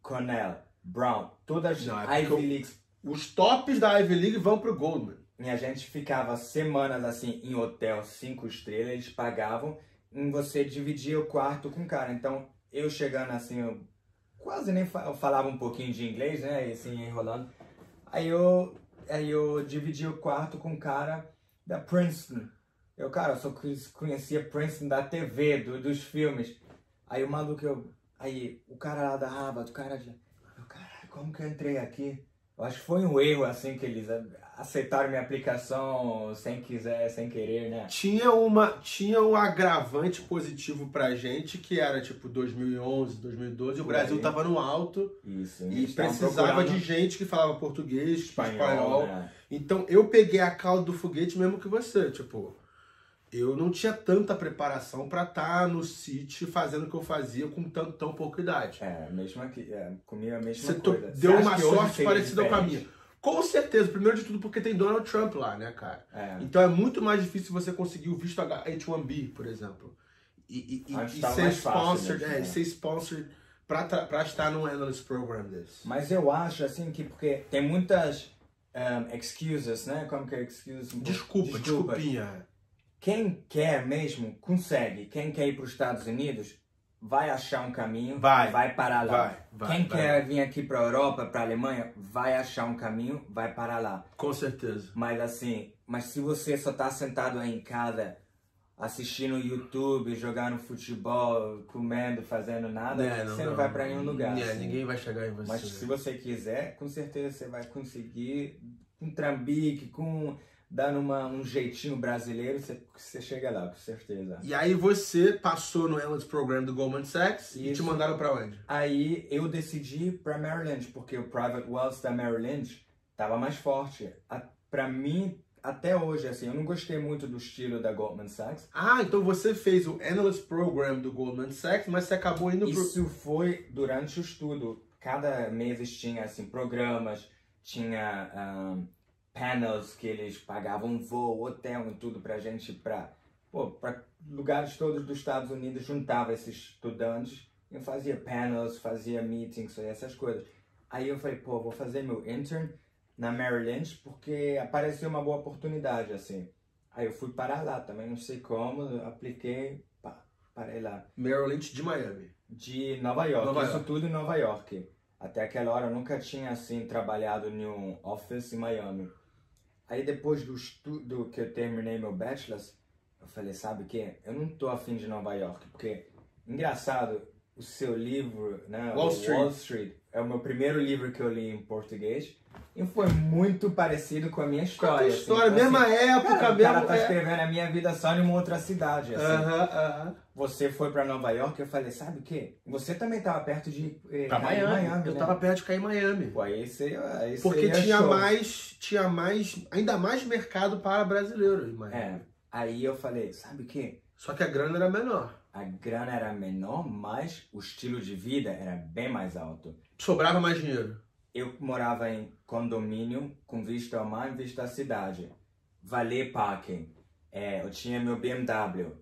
[SPEAKER 4] Cornell, Brown, todas
[SPEAKER 3] Não, é
[SPEAKER 4] as
[SPEAKER 3] porque
[SPEAKER 4] Ivy
[SPEAKER 3] eu-
[SPEAKER 4] Leagues.
[SPEAKER 3] Os tops da Ivy League vão pro Goldman.
[SPEAKER 4] E a gente ficava semanas assim em hotel cinco estrelas, eles pagavam e você dividia o quarto com o cara. Então eu chegando assim, eu quase nem fa- eu falava um pouquinho de inglês, né? E assim, enrolando. Aí eu, aí eu dividi o quarto com o cara da Princeton. Eu, cara, eu só conhe- conhecia Princeton da TV, do- dos filmes. Aí o maluco, eu, aí o cara lá da Harvard, o cara de. Eu, caralho, como que eu entrei aqui? Eu acho que foi um erro, assim, que eles a- aceitaram minha aplicação sem quiser, sem querer, né?
[SPEAKER 3] Tinha uma tinha um agravante positivo pra gente que era tipo 2011, 2012, o
[SPEAKER 4] Por
[SPEAKER 3] Brasil
[SPEAKER 4] aí.
[SPEAKER 3] tava no alto
[SPEAKER 4] Isso.
[SPEAKER 3] e precisava de gente que falava português, espanhol.
[SPEAKER 4] né?
[SPEAKER 3] Então eu peguei a calda do foguete mesmo que você, tipo, eu não tinha tanta preparação pra estar no City fazendo o que eu fazia com tão, tão pouca idade.
[SPEAKER 4] É, mesmo aqui, é, comigo é a mesma
[SPEAKER 3] Você to-
[SPEAKER 4] coisa. Você
[SPEAKER 3] deu
[SPEAKER 4] acha
[SPEAKER 3] uma
[SPEAKER 4] que hoje
[SPEAKER 3] sorte
[SPEAKER 4] seria
[SPEAKER 3] parecida com a
[SPEAKER 4] diferente?
[SPEAKER 3] minha. Com certeza, primeiro de tudo porque tem Donald Trump lá, né, cara?
[SPEAKER 4] É.
[SPEAKER 3] Então é muito mais difícil você conseguir o visto H- H1B, por exemplo. E, e- e-
[SPEAKER 4] Antes
[SPEAKER 3] e
[SPEAKER 4] tava
[SPEAKER 3] ser
[SPEAKER 4] tá mais fácil,
[SPEAKER 3] sponsored,
[SPEAKER 4] né?
[SPEAKER 3] é, e ser sponsored pra, tra- pra estar num analyst program desse.
[SPEAKER 4] Mas eu acho, assim, que porque tem muitas ehm, excuses, né? Como que é excuse?
[SPEAKER 3] Desculpa,
[SPEAKER 4] Desculpas.
[SPEAKER 3] desculpinha.
[SPEAKER 4] Quem quer mesmo, consegue. Quem quer ir para os Estados Unidos, vai achar um caminho,
[SPEAKER 3] Vai.
[SPEAKER 4] parar lá.
[SPEAKER 3] Vai, vai,
[SPEAKER 4] Tá. Quem
[SPEAKER 3] vai.
[SPEAKER 4] quer vir aqui para a Europa, para a Alemanha, vai achar um caminho, vai parar lá.
[SPEAKER 3] Com certeza.
[SPEAKER 4] Mas assim, mas se você só tá sentado aí em casa, assistindo YouTube, jogando futebol, comendo, fazendo nada,
[SPEAKER 3] É,
[SPEAKER 4] você não, vai pra nenhum lugar.
[SPEAKER 3] É,
[SPEAKER 4] assim.
[SPEAKER 3] Ninguém vai chegar em você.
[SPEAKER 4] Mas se você quiser, com certeza você vai conseguir um trambique, com dando uma, um jeitinho brasileiro, você, você chega lá, com certeza.
[SPEAKER 3] E aí você passou no Endless Program do Goldman Sachs e te
[SPEAKER 4] Isso.
[SPEAKER 3] mandaram pra onde?
[SPEAKER 4] Aí eu decidi ir pra Merrill Lynch, porque o Private Wealth da Merrill Lynch tava mais forte. A, pra mim, até hoje, assim, eu não gostei muito do estilo da Goldman Sachs.
[SPEAKER 3] Ah, então você fez o Analyst Program do Goldman Sachs, mas você acabou indo pro...
[SPEAKER 4] Isso foi durante o estudo. Cada mês tinha assim programas, tinha ahn, panels que eles pagavam um voo, hotel e tudo pra gente ir pra, pô, pra lugares todos dos Estados Unidos, juntava esses estudantes, eu fazia panels, fazia meetings, essas coisas. Aí eu falei, pô, vou fazer meu intern na Merrill Lynch porque apareceu uma boa oportunidade assim. Aí eu fui parar lá também, não sei como, eu apliquei, pá, parei lá
[SPEAKER 3] Merrill Lynch de Miami.
[SPEAKER 4] de Nova York.
[SPEAKER 3] Nova
[SPEAKER 4] Isso
[SPEAKER 3] York.
[SPEAKER 4] tudo em Nova York. Até aquela hora eu nunca tinha assim trabalhado em um office em Miami. Aí depois do estudo que eu terminei meu bachelor's, eu falei, sabe o que? Eu não tô afim de Nova York, porque engraçado, o seu livro, né?
[SPEAKER 3] Wall
[SPEAKER 4] o
[SPEAKER 3] Street.
[SPEAKER 4] Wall Street é o meu primeiro livro que eu li em português e foi muito parecido com a minha história.
[SPEAKER 3] História,
[SPEAKER 4] assim.
[SPEAKER 3] história
[SPEAKER 4] Então,
[SPEAKER 3] mesma
[SPEAKER 4] assim,
[SPEAKER 3] época,
[SPEAKER 4] cara, o
[SPEAKER 3] mesmo...
[SPEAKER 4] cara tá
[SPEAKER 3] é.
[SPEAKER 4] escrevendo a minha vida só em uma outra cidade, assim
[SPEAKER 3] Aham, aham.
[SPEAKER 4] você foi pra Nova York, eu falei, sabe o quê? Você também tava perto de eh,
[SPEAKER 3] Pra
[SPEAKER 4] cair em
[SPEAKER 3] Tá Miami.
[SPEAKER 4] Miami
[SPEAKER 3] Eu
[SPEAKER 4] né?
[SPEAKER 3] tava perto de cair em Miami.
[SPEAKER 4] Pô, aí você, aí você
[SPEAKER 3] Porque
[SPEAKER 4] ia
[SPEAKER 3] tinha
[SPEAKER 4] show.
[SPEAKER 3] mais, tinha mais, ainda mais mercado para brasileiros, mas
[SPEAKER 4] É. Aí eu falei, sabe o quê?
[SPEAKER 3] só que a grana era menor.
[SPEAKER 4] A grana era menor, mas o estilo de vida era bem mais alto.
[SPEAKER 3] Sobrava mais dinheiro.
[SPEAKER 4] Eu morava em condomínio com vista ao mar e vista à cidade. Valet parking. É, eu tinha meu BMW.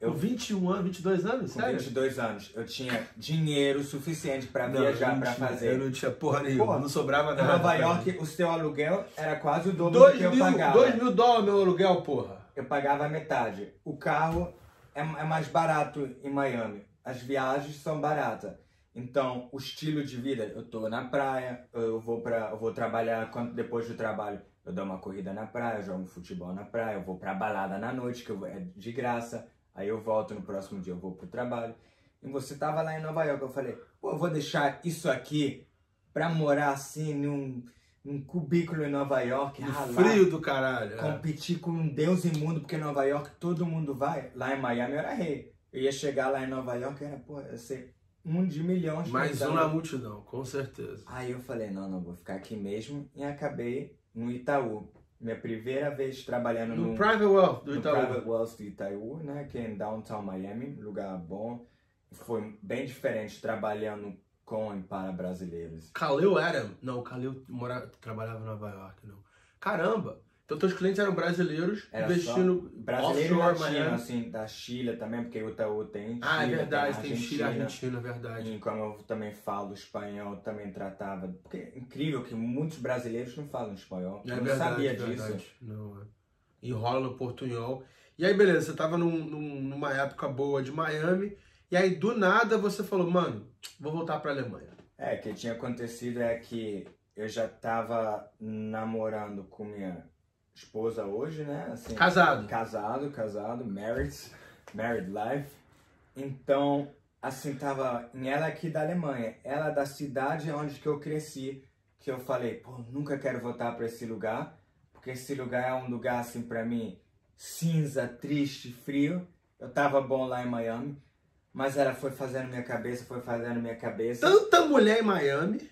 [SPEAKER 4] Eu-
[SPEAKER 3] Com 21 anos, 22 anos,
[SPEAKER 4] Com
[SPEAKER 3] sério?
[SPEAKER 4] 22 anos, eu tinha dinheiro suficiente pra viajar,
[SPEAKER 3] não
[SPEAKER 4] pra
[SPEAKER 3] tinha,
[SPEAKER 4] fazer.
[SPEAKER 3] Eu não tinha porra nenhuma,
[SPEAKER 4] Porra,
[SPEAKER 3] não sobrava
[SPEAKER 4] Em
[SPEAKER 3] nada.
[SPEAKER 4] Nova York, o seu aluguel era quase o dobro do
[SPEAKER 3] 2
[SPEAKER 4] que eu
[SPEAKER 3] mil,
[SPEAKER 4] pagava.
[SPEAKER 3] dois mil dólares meu aluguel, porra.
[SPEAKER 4] Eu pagava metade. O carro é, é mais barato em Miami. As viagens são baratas. Então, o estilo de vida, eu tô na praia, eu vou para, eu vou trabalhar quando depois do trabalho, eu dou uma corrida na praia, eu jogo futebol na praia, eu vou pra balada na noite, que eu vou- é de graça. Aí eu volto no próximo dia, eu vou pro trabalho. E você tava lá em Nova York, eu falei, pô, eu vou deixar isso aqui pra morar assim num, num cubículo em Nova York,
[SPEAKER 3] No
[SPEAKER 4] ralar
[SPEAKER 3] frio do caralho. é.
[SPEAKER 4] competir com um Deus e mundo, porque em Nova York todo mundo vai. Lá em Miami eu era rei. Eu ia chegar lá em Nova York, era, pô, ia ser um de milhões.
[SPEAKER 3] Mais um
[SPEAKER 4] pensando-
[SPEAKER 3] na multidão, com certeza.
[SPEAKER 4] Aí eu falei, não, não, vou ficar aqui mesmo. E acabei no Itaú. Minha primeira vez trabalhando
[SPEAKER 3] No
[SPEAKER 4] num-
[SPEAKER 3] Private Wealth do
[SPEAKER 4] no
[SPEAKER 3] Itaú.
[SPEAKER 4] Private Wells de Itaú, né? Que é em Downtown Miami, um lugar bom. Foi bem diferente trabalhando com e para brasileiros.
[SPEAKER 3] Kaleu era. Não, o Kaleu mora, trabalhava em Nova York, não. Caramba! Então teus clientes eram brasileiros
[SPEAKER 4] Era
[SPEAKER 3] investindo
[SPEAKER 4] Brasileiro
[SPEAKER 3] offshore,
[SPEAKER 4] latino,
[SPEAKER 3] Miami.
[SPEAKER 4] assim, da Chile também, porque o Itaú tem
[SPEAKER 3] Ah, é
[SPEAKER 4] Chile, Hum,
[SPEAKER 3] verdade,
[SPEAKER 4] tem
[SPEAKER 3] tem Chile e Argentina, é verdade.
[SPEAKER 4] E como eu também falo espanhol, também tratava. Porque é incrível que muitos brasileiros não falam espanhol.
[SPEAKER 3] É
[SPEAKER 4] eu não
[SPEAKER 3] verdade,
[SPEAKER 4] sabia
[SPEAKER 3] verdade.
[SPEAKER 4] disso.
[SPEAKER 3] Não, é. Enrola no portunhol. E aí, beleza, você tava num- num- numa época boa de Miami, e aí do nada você falou, mano, vou voltar pra Alemanha.
[SPEAKER 4] É, o que tinha acontecido é que eu já tava namorando com minha esposa hoje, né? Assim,
[SPEAKER 3] Casado.
[SPEAKER 4] Casado, casado, married, married life. Então, assim, tava em ela aqui da Alemanha, ela da cidade onde que eu cresci, que eu falei, pô, nunca quero voltar pra esse lugar, porque esse lugar é um lugar, assim, pra mim, cinza, triste, frio. Eu tava bom lá em Miami, mas ela foi fazendo minha cabeça, foi fazendo minha cabeça.
[SPEAKER 3] Tanta mulher em Miami,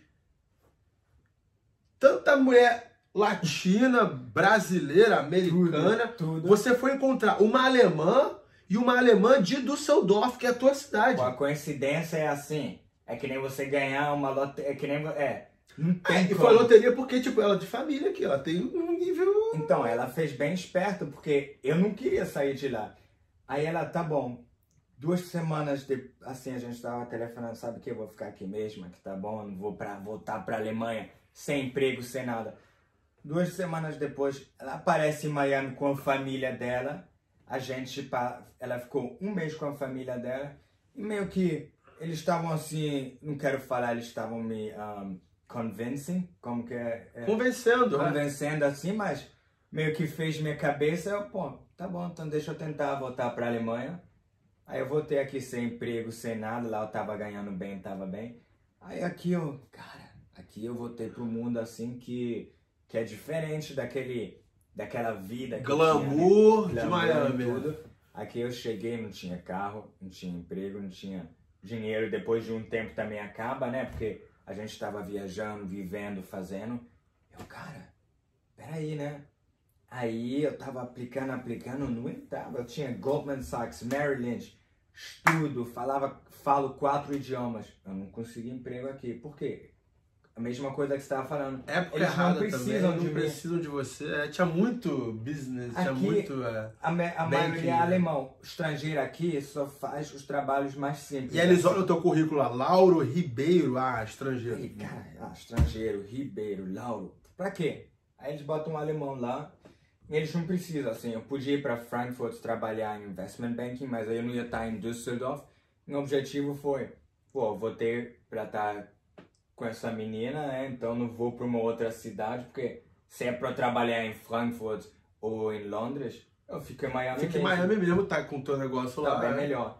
[SPEAKER 3] tanta mulher latina, brasileira, americana,
[SPEAKER 4] tudo.
[SPEAKER 3] Você foi encontrar uma alemã e uma alemã de Düsseldorf, que é a tua cidade.
[SPEAKER 4] Pô, a coincidência é assim. É que nem você ganhar uma loteria. É que nem. vo- É. Não tem
[SPEAKER 3] E
[SPEAKER 4] como.
[SPEAKER 3] foi loteria porque, tipo, ela é de família aqui, ela tem um nível.
[SPEAKER 4] Então, ela fez bem esperto, porque eu não queria sair de lá. Aí ela, tá bom. Duas semanas de, assim, a gente tava telefonando, sabe o que? Eu vou ficar aqui mesmo, que tá bom, eu não vou pra, voltar pra Alemanha, sem emprego, sem nada. Duas semanas depois, ela aparece em Miami com a família dela. A gente, pa- ela ficou um mês com a família dela. E meio que eles estavam assim, não quero falar, eles estavam me ah, convincing, como que é? é
[SPEAKER 3] Convencendo, né?
[SPEAKER 4] convencendo assim, mas meio que fez minha cabeça, eu, pô, tá bom, então deixa eu tentar voltar pra Alemanha. Aí eu voltei aqui sem emprego, sem nada, lá eu tava ganhando bem, tava bem. Aí aqui eu, cara, aqui eu voltei pro mundo assim que, que é diferente daquele, daquela vida que eu tinha, né?
[SPEAKER 3] Glamour de
[SPEAKER 4] Glamour né? e
[SPEAKER 3] Miami.
[SPEAKER 4] tudo. Aqui eu cheguei, não tinha carro, não tinha emprego, não tinha dinheiro. Depois de um tempo também acaba, né? Porque a gente tava viajando, vivendo, fazendo. Eu, cara, peraí, né? Aí eu tava aplicando, aplicando, não entrava. Eu tinha Goldman Sachs, Merrill Lynch, estudo, falava, falo quatro idiomas. Eu não consegui emprego aqui. Por quê? A mesma coisa que você tava falando.
[SPEAKER 3] Época
[SPEAKER 4] Eles não
[SPEAKER 3] errada
[SPEAKER 4] precisam
[SPEAKER 3] também,
[SPEAKER 4] de
[SPEAKER 3] não
[SPEAKER 4] mim.
[SPEAKER 3] precisam de você. É, tinha muito business, tinha
[SPEAKER 4] Aqui-
[SPEAKER 3] muito... é.
[SPEAKER 4] A, me- a
[SPEAKER 3] Bem que-
[SPEAKER 4] maioria é alemão. Estrangeiro aqui só faz os trabalhos mais simples.
[SPEAKER 3] E aí eles olham o teu currículo lá, Lauro Ribeiro, ah, estrangeiro.
[SPEAKER 4] Aí, cara, ah, estrangeiro, Ribeiro, Lauro, pra quê? Aí eles botam um alemão lá e eles não precisam, assim, eu podia ir pra Frankfurt trabalhar em investment banking, mas aí eu não ia estar em Düsseldorf. Meu objetivo foi, pô, eu vou ter pra estar com essa menina, né? Então não vou pra uma outra cidade, porque se é pra eu trabalhar em Frankfurt ou em Londres, eu fico em Miami
[SPEAKER 3] Fica em
[SPEAKER 4] mesmo
[SPEAKER 3] Miami mesmo, tá com o teu negócio
[SPEAKER 4] tá
[SPEAKER 3] lá.
[SPEAKER 4] bem
[SPEAKER 3] né?
[SPEAKER 4] melhor.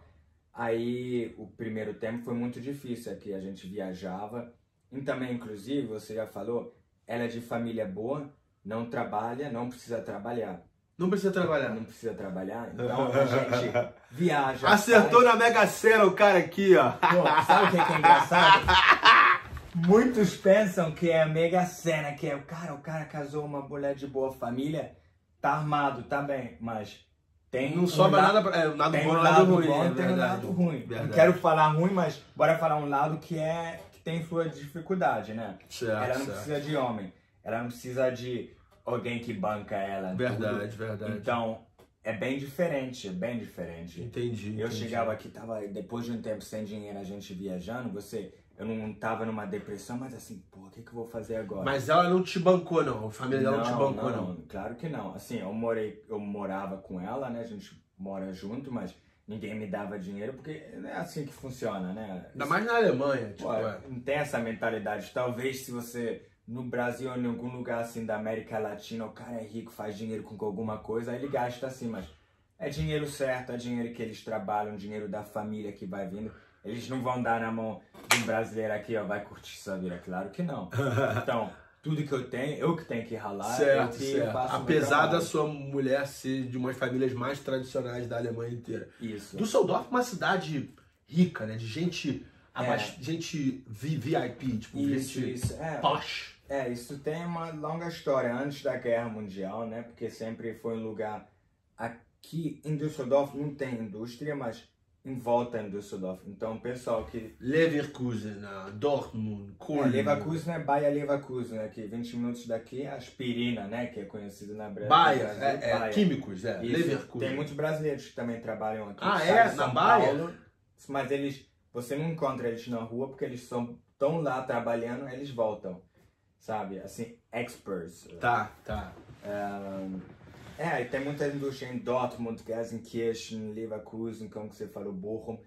[SPEAKER 4] Aí o primeiro tempo foi muito difícil aqui, a gente viajava. E também, inclusive, você já falou, ela é de família boa, não trabalha, não precisa trabalhar.
[SPEAKER 3] Não precisa trabalhar.
[SPEAKER 4] Não precisa trabalhar, então a gente viaja.
[SPEAKER 3] Acertou
[SPEAKER 4] faz-
[SPEAKER 3] na Mega Sena o cara aqui, ó.
[SPEAKER 4] Pô, sabe o que que é engraçado? Muitos pensam que é a mega cena, que é o cara, o cara casou uma mulher de boa família, tá armado, tá bem, mas tem
[SPEAKER 3] Não
[SPEAKER 4] um
[SPEAKER 3] sobra
[SPEAKER 4] la-
[SPEAKER 3] nada pra. É, nada
[SPEAKER 4] tem
[SPEAKER 3] bom,
[SPEAKER 4] um
[SPEAKER 3] nada
[SPEAKER 4] lado
[SPEAKER 3] ruim.
[SPEAKER 4] bom,
[SPEAKER 3] é
[SPEAKER 4] tem um
[SPEAKER 3] verdade.
[SPEAKER 4] lado ruim.
[SPEAKER 3] Verdade.
[SPEAKER 4] Não quero falar ruim, mas bora falar um lado que é que tem sua dificuldade, né?
[SPEAKER 3] Certo,
[SPEAKER 4] ela não
[SPEAKER 3] Tá certo.
[SPEAKER 4] precisa de homem, ela não precisa de alguém que banca ela. tudo.
[SPEAKER 3] Verdade, verdade.
[SPEAKER 4] Então é bem diferente, é bem diferente.
[SPEAKER 3] Entendi.
[SPEAKER 4] Eu
[SPEAKER 3] entendi.
[SPEAKER 4] chegava aqui, tava depois de um tempo sem dinheiro, a gente viajando, você, eu não tava numa depressão, mas assim, pô, o que que eu vou fazer agora?
[SPEAKER 3] Mas ela não te bancou, não. A família dela não, te bancou, não.
[SPEAKER 4] Claro que não. Assim, eu morei, eu morava com ela, né? A gente mora junto, mas ninguém me dava dinheiro porque é assim que funciona, né?
[SPEAKER 3] Ainda mais na Alemanha. Tipo,
[SPEAKER 4] Pô,
[SPEAKER 3] é.
[SPEAKER 4] não tem essa mentalidade. Talvez se você no Brasil ou em algum lugar assim da América Latina, o cara é rico, faz dinheiro com alguma coisa, aí ele gasta assim, mas é dinheiro certo, é dinheiro que eles trabalham, dinheiro da família que vai vindo. Eles não vão dar na mão de um brasileiro aqui, ó, vai curtir sua vida, claro que não. Então, tudo que eu tenho, eu que tenho que ralar,
[SPEAKER 3] é. Ah. Certo,
[SPEAKER 4] eu um que
[SPEAKER 3] certo.
[SPEAKER 4] faço o meu
[SPEAKER 3] Apesar da
[SPEAKER 4] trabalho.
[SPEAKER 3] sua mulher ser de umas famílias mais tradicionais da Alemanha inteira.
[SPEAKER 4] Isso.
[SPEAKER 3] Düsseldorf é uma cidade rica, né? De gente. abas- Gente vi- VIP, tipo,
[SPEAKER 4] É. Isso,
[SPEAKER 3] gente
[SPEAKER 4] isso. É,
[SPEAKER 3] posh.
[SPEAKER 4] É, isso tem uma longa história antes da Guerra Mundial, né? Porque sempre foi um lugar. Aqui em Düsseldorf não tem indústria, mas em volta em Düsseldorf. Então, o pessoal que.
[SPEAKER 3] Leverkusen, ah, Dortmund,
[SPEAKER 4] É,
[SPEAKER 3] Köln.
[SPEAKER 4] Leverkusen é Baia Leverkusen, né? Que 20 minutos daqui é aspirina, né? Que é conhecido na Bre- no
[SPEAKER 3] Baia,
[SPEAKER 4] Brasil.
[SPEAKER 3] é, é, químicos, é.
[SPEAKER 4] Isso.
[SPEAKER 3] Leverkusen.
[SPEAKER 4] Tem muitos brasileiros que também trabalham aqui.
[SPEAKER 3] Ah,
[SPEAKER 4] que
[SPEAKER 3] é?
[SPEAKER 4] saem de
[SPEAKER 3] Na
[SPEAKER 4] São
[SPEAKER 3] Baia?
[SPEAKER 4] Paulo, mas eles. Você não encontra eles na rua porque eles estão tão lá trabalhando, eles voltam. Sabe? Assim, experts.
[SPEAKER 3] Tá, tá.
[SPEAKER 4] É, e tem muita indústria em Dortmund, Gelsenkirchen, Leverkusen, como que você falou, Bochum.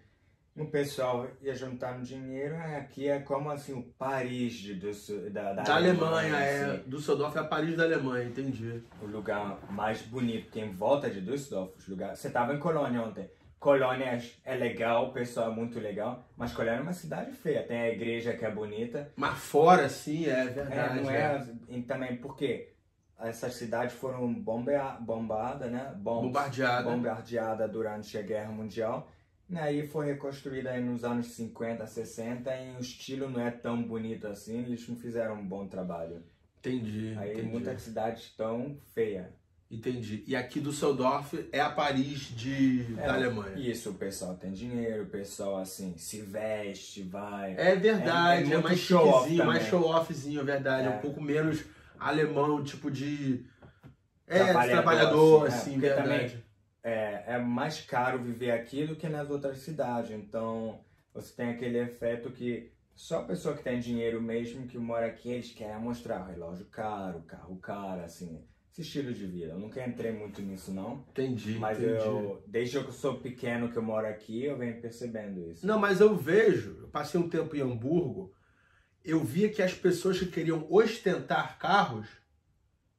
[SPEAKER 4] E o pessoal ia juntando dinheiro, é, aqui é como assim o Paris de, do- da, da,
[SPEAKER 3] Da Alemanha, é.
[SPEAKER 4] assim,
[SPEAKER 3] Düsseldorf é Paris da Alemanha, entendi.
[SPEAKER 4] o lugar mais bonito, que em volta de Düsseldorf, os lugares... Você tava em Colônia ontem. Colônia é legal, o pessoal é muito legal, mas Colônia é uma cidade feia. Tem a igreja que é bonita,
[SPEAKER 3] Mas fora, sim, é
[SPEAKER 4] É,
[SPEAKER 3] verdade.
[SPEAKER 4] não
[SPEAKER 3] é.
[SPEAKER 4] é e também porque essas cidades foram bombea- bombadas, né? Bombs,
[SPEAKER 3] Bombardeada.
[SPEAKER 4] bombardeada durante a Guerra Mundial. né? E aí foi reconstruída aí nos anos 50, 60 e o estilo não é tão bonito assim, eles não fizeram um bom trabalho.
[SPEAKER 3] Entendi,
[SPEAKER 4] Aí
[SPEAKER 3] entendi.
[SPEAKER 4] muitas cidades tão feia.
[SPEAKER 3] Entendi. E aqui Düsseldorf é a Paris de...
[SPEAKER 4] É,
[SPEAKER 3] da Alemanha.
[SPEAKER 4] Isso, o pessoal tem dinheiro, o pessoal assim se veste, vai.
[SPEAKER 3] É verdade, é,
[SPEAKER 4] É- é muito
[SPEAKER 3] mais
[SPEAKER 4] show-off
[SPEAKER 3] chiquezinho, mais
[SPEAKER 4] também.
[SPEAKER 3] show-offzinho, é verdade. É. um
[SPEAKER 4] É.
[SPEAKER 3] pouco menos alemão, tipo de... É, trabalhador,
[SPEAKER 4] Trabalhador,
[SPEAKER 3] assim,
[SPEAKER 4] assim, é, porque
[SPEAKER 3] verdade.
[SPEAKER 4] é, é mais caro viver aqui do que nas outras cidades. Então, você tem aquele efeito que só a pessoa que tem dinheiro mesmo que mora aqui, eles querem mostrar o relógio caro, o carro caro, assim, esse estilo de vida. Eu nunca entrei muito nisso, não.
[SPEAKER 3] Entendi,
[SPEAKER 4] Mas
[SPEAKER 3] entendi.
[SPEAKER 4] eu, desde que eu sou pequeno que eu moro aqui, eu venho percebendo isso.
[SPEAKER 3] Não, mas eu vejo, eu passei um tempo em Hamburgo, eu via que as pessoas que queriam ostentar carros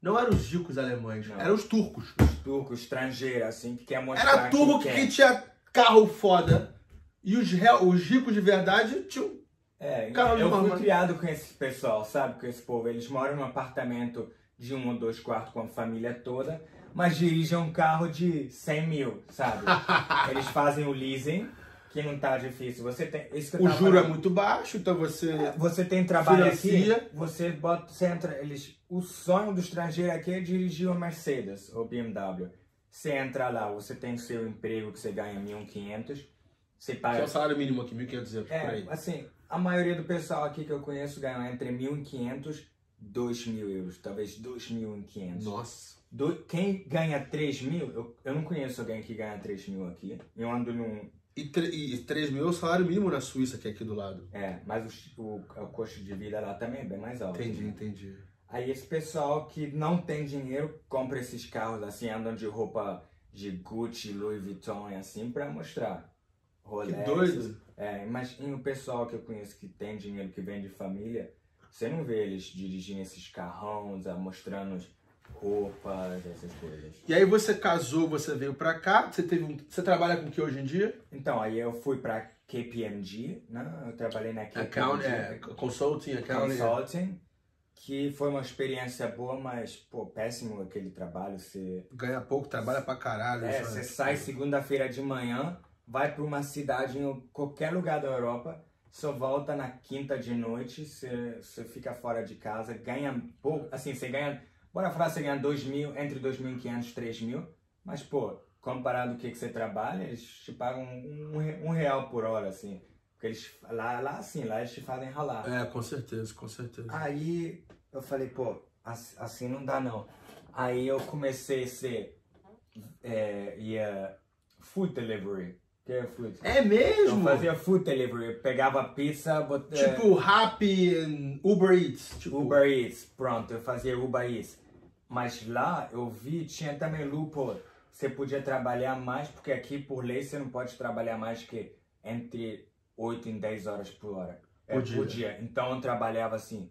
[SPEAKER 3] Não eram os ricos alemães,
[SPEAKER 4] Não.
[SPEAKER 3] eram os turcos.
[SPEAKER 4] turco, estrangeiro, assim, que é. quer mostrar
[SPEAKER 3] Era turco que,
[SPEAKER 4] quer.
[SPEAKER 3] tinha carro foda. E os, re- os ricos de verdade tinham.
[SPEAKER 4] É,
[SPEAKER 3] Caralho,
[SPEAKER 4] eu fui
[SPEAKER 3] mano.
[SPEAKER 4] criado com esse pessoal, sabe? Com esse povo. Eles moram num apartamento de um ou dois quartos com a família toda, mas dirigem um carro de 100 mil, sabe? Eles fazem o leasing, que não tá difícil. Você tem... Isso que eu
[SPEAKER 3] O
[SPEAKER 4] tava Ah,
[SPEAKER 3] juro é
[SPEAKER 4] falando.
[SPEAKER 3] muito baixo, então você.
[SPEAKER 4] Você tem trabalho
[SPEAKER 3] Financia.
[SPEAKER 4] aqui, você bota, você entra, eles, o sonho do estrangeiro aqui é dirigir uma Mercedes ou BMW. Você entra lá, você tem o seu emprego que você ganha 1.500, você
[SPEAKER 3] Que é
[SPEAKER 4] paga
[SPEAKER 3] o salário mínimo aqui, 1.500 euros por
[SPEAKER 4] é,
[SPEAKER 3] aí.
[SPEAKER 4] assim, a maioria do pessoal aqui que eu conheço ganha entre 1.500 e 2.000 euros, talvez 2.500.
[SPEAKER 3] Nossa.
[SPEAKER 4] Do, quem ganha 3.000, eu, eu não conheço alguém que ganha 3.000 aqui. Eu ando num.
[SPEAKER 3] E, tre- e 3 mil é o salário mínimo na Suíça, que é aqui do lado.
[SPEAKER 4] É, mas o, o, o custo de vida lá também é bem mais alto.
[SPEAKER 3] Entendi,
[SPEAKER 4] né?
[SPEAKER 3] entendi.
[SPEAKER 4] Aí esse pessoal que não tem dinheiro compra esses carros assim, andam de roupa de Gucci, Louis Vuitton e assim pra mostrar.
[SPEAKER 3] Que
[SPEAKER 4] Rolex,
[SPEAKER 3] doido.
[SPEAKER 4] É, mas e o pessoal que eu conheço que tem dinheiro, que vem de família, você não vê eles dirigindo esses carrões, ah, mostrando roupas, essas coisas.
[SPEAKER 3] E aí você casou, você veio pra cá, você teve um. Você trabalha com o que hoje em dia?
[SPEAKER 4] Então, aí eu fui pra KPMG, né? Eu trabalhei na KPMG
[SPEAKER 3] Account, é, consulting,
[SPEAKER 4] é,
[SPEAKER 3] é, accounting.
[SPEAKER 4] Consulting, que foi uma experiência boa, mas, pô, péssimo aquele trabalho, você...
[SPEAKER 3] Ganha pouco, trabalha pra caralho.
[SPEAKER 4] É,
[SPEAKER 3] sabe?
[SPEAKER 4] você sai segunda-feira de manhã, vai pra uma cidade em qualquer lugar da Europa, só volta na quinta de noite, você você fica fora de casa, ganha pouco, assim, você ganha, bora falar, você ganha 2 mil, entre 2.500 e 3 mil, mas, pô, comparado ao que, que você trabalha, eles te pagam um, re- um real por hora, assim, porque eles, lá, lá, assim, lá eles te fazem ralar.
[SPEAKER 3] É, com certeza, com certeza.
[SPEAKER 4] Ah, Aí eu falei, pô, ass- assim não dá não. Aí eu comecei a ser é, ia food delivery. Que é food?
[SPEAKER 3] É mesmo?
[SPEAKER 4] Eu então fazia food delivery, eu pegava pizza, bot... é,
[SPEAKER 3] Tipo, Rappi, and Uber Eats. Tipo,
[SPEAKER 4] Uber Eats, pronto, eu fazia Uber Eats. Mas lá eu vi, tinha também loophole. Você podia trabalhar mais, porque aqui por lei você não pode trabalhar mais que entre 8 e 10 horas por hora. É,
[SPEAKER 3] Por dia.
[SPEAKER 4] Então eu trabalhava assim,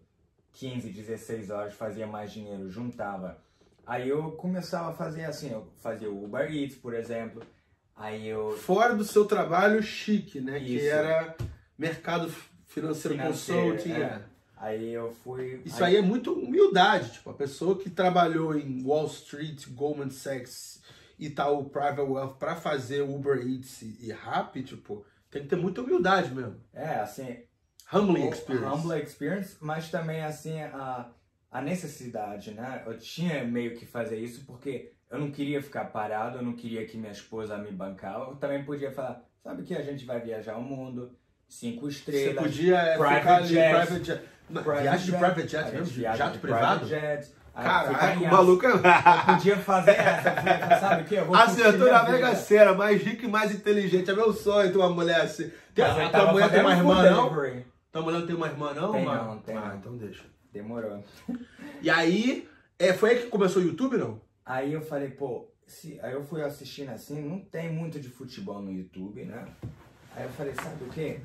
[SPEAKER 4] 15, 16 horas, fazia mais dinheiro, juntava. Aí eu começava a fazer assim, eu fazia Uber Eats, por exemplo. Aí eu
[SPEAKER 3] Fora do seu trabalho chique, né? Que
[SPEAKER 4] Isso.
[SPEAKER 3] era mercado financeiro,
[SPEAKER 4] Financeiro,
[SPEAKER 3] consulting.
[SPEAKER 4] é.
[SPEAKER 3] é.
[SPEAKER 4] aí eu fui
[SPEAKER 3] Isso aí é muito humildade, tipo, a pessoa que trabalhou em Wall Street, Goldman Sachs, Itaú Private Wealth pra fazer Uber Eats e e Rappi, tipo, tem que ter muita humildade mesmo.
[SPEAKER 4] é, assim,
[SPEAKER 3] Humbling
[SPEAKER 4] O-
[SPEAKER 3] experience.
[SPEAKER 4] Humble experience, mas também assim a, a necessidade, né? Eu tinha meio que fazer isso porque eu não queria ficar parado, eu não queria que minha esposa me bancava. Eu também podia falar, sabe que a gente vai viajar o mundo, cinco
[SPEAKER 3] Você
[SPEAKER 4] estrelas.
[SPEAKER 3] podia é,
[SPEAKER 4] Private
[SPEAKER 3] ficar ali,
[SPEAKER 4] jet.
[SPEAKER 3] private jet. Não,
[SPEAKER 4] private
[SPEAKER 3] viagem de
[SPEAKER 4] jet,
[SPEAKER 3] private
[SPEAKER 4] a
[SPEAKER 3] jet
[SPEAKER 4] gente
[SPEAKER 3] mesmo? de
[SPEAKER 4] viaja
[SPEAKER 3] Jato
[SPEAKER 4] de
[SPEAKER 3] privado?
[SPEAKER 4] private jet. Ah, Aí eu fui
[SPEAKER 3] Caraca, o
[SPEAKER 4] ganhar.
[SPEAKER 3] maluco é
[SPEAKER 4] Eu podia fazer essa, eu podia falar, sabe o que? Eu vou curtir
[SPEAKER 3] acertou na
[SPEAKER 4] minha
[SPEAKER 3] Mega
[SPEAKER 4] vida.
[SPEAKER 3] Sena, mais rico e mais inteligente. É meu sonho ter uma mulher assim. Tem,
[SPEAKER 4] Ah, Mas eu
[SPEAKER 3] a
[SPEAKER 4] tava
[SPEAKER 3] tua mulher tem uma
[SPEAKER 4] fazendo
[SPEAKER 3] irmã,
[SPEAKER 4] food
[SPEAKER 3] não?
[SPEAKER 4] delivery.
[SPEAKER 3] Tua mulher não tem uma irmã, não?
[SPEAKER 4] Tem
[SPEAKER 3] mano?
[SPEAKER 4] não, tem
[SPEAKER 3] Ah,
[SPEAKER 4] não.
[SPEAKER 3] então deixa.
[SPEAKER 4] Demorou.
[SPEAKER 3] E aí, é, foi aí que começou o YouTube, não?
[SPEAKER 4] Aí eu falei, pô, se... aí eu fui assistindo assim, não tem muito de futebol no YouTube, né? Aí eu falei, sabe o quê?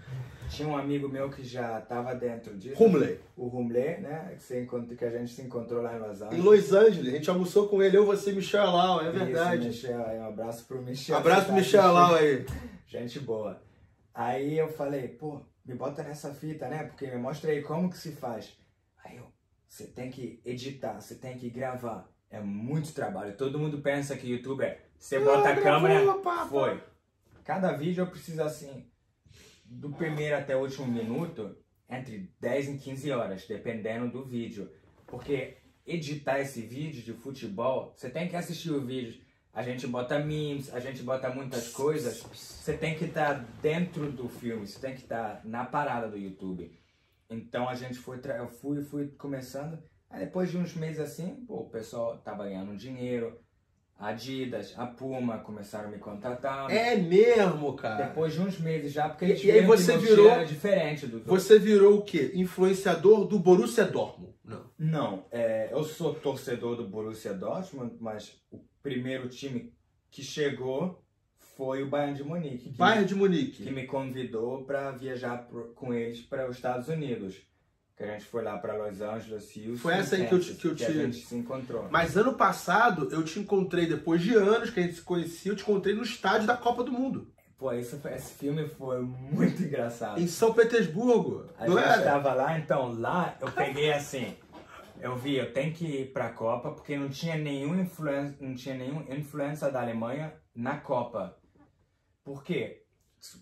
[SPEAKER 4] Tinha um amigo meu que já tava dentro disso.
[SPEAKER 3] Humley.
[SPEAKER 4] O Rumlé, né? Que, você encont- que a gente se encontrou lá em Los
[SPEAKER 3] Em
[SPEAKER 4] Angeles.
[SPEAKER 3] Los Angeles, a gente almoçou com ele, eu, você e Michel Alau, é
[SPEAKER 4] Isso,
[SPEAKER 3] verdade.
[SPEAKER 4] Michel, aí um abraço pro Michel.
[SPEAKER 3] Abraço
[SPEAKER 4] Você
[SPEAKER 3] pro
[SPEAKER 4] tá
[SPEAKER 3] Michel
[SPEAKER 4] assistindo?
[SPEAKER 3] Alau aí.
[SPEAKER 4] Gente boa. Aí eu falei, pô, me bota nessa fita, né? Porque me mostra aí como que se faz. Aí eu, você tem que editar, você tem que gravar. É muito trabalho. Todo mundo pensa que YouTube é, você bota a
[SPEAKER 3] gravou,
[SPEAKER 4] câmera,
[SPEAKER 3] pá, pá.
[SPEAKER 4] foi. Cada vídeo eu preciso assim, do primeiro até o último minuto, entre 10 e 15 horas, dependendo do vídeo. Porque editar esse vídeo de futebol, você tem que assistir o vídeo. A gente bota memes, a gente bota muitas coisas. Você tem que estar dentro do filme, você tem que estar na parada do YouTube. Então a gente foi, tra- eu fui, fui começando. Aí depois de uns meses assim, pô, o pessoal tava ganhando dinheiro. A Adidas, a Puma começaram a me contratar.
[SPEAKER 3] É mesmo, cara.
[SPEAKER 4] Depois de uns meses já, porque
[SPEAKER 3] E-
[SPEAKER 4] eles
[SPEAKER 3] e aí
[SPEAKER 4] viram que
[SPEAKER 3] você
[SPEAKER 4] meu
[SPEAKER 3] virou-
[SPEAKER 4] tiro era diferente do
[SPEAKER 3] Você virou o quê? Influenciador do Borussia Dortmund. Não.
[SPEAKER 4] Não, é, eu sou torcedor do Borussia Dortmund, mas o primeiro time que chegou foi o Bayern de Munique. que-
[SPEAKER 3] Bayern de
[SPEAKER 4] que
[SPEAKER 3] Munique.
[SPEAKER 4] me convidou para viajar pro- com eles para os Estados Unidos. Que Que a gente foi lá pra Los Angeles, Houston.
[SPEAKER 3] Foi essa aí que eu te-
[SPEAKER 4] Kansas,
[SPEAKER 3] que eu
[SPEAKER 4] a
[SPEAKER 3] te-
[SPEAKER 4] gente se encontrou.
[SPEAKER 3] Mas ano passado eu te encontrei, depois de anos que a gente se conhecia, eu te encontrei no estádio da Copa do Mundo,
[SPEAKER 4] Pô, esse, foi- esse filme foi muito engraçado.
[SPEAKER 3] em São Petersburgo.
[SPEAKER 4] Ah. A
[SPEAKER 3] não
[SPEAKER 4] gente
[SPEAKER 3] era?
[SPEAKER 4] tava lá, então lá eu peguei assim. Eu vi, eu tenho que ir pra Copa, porque não tinha nenhum influencer, não tinha nenhum influencer da Alemanha na Copa. Por quê?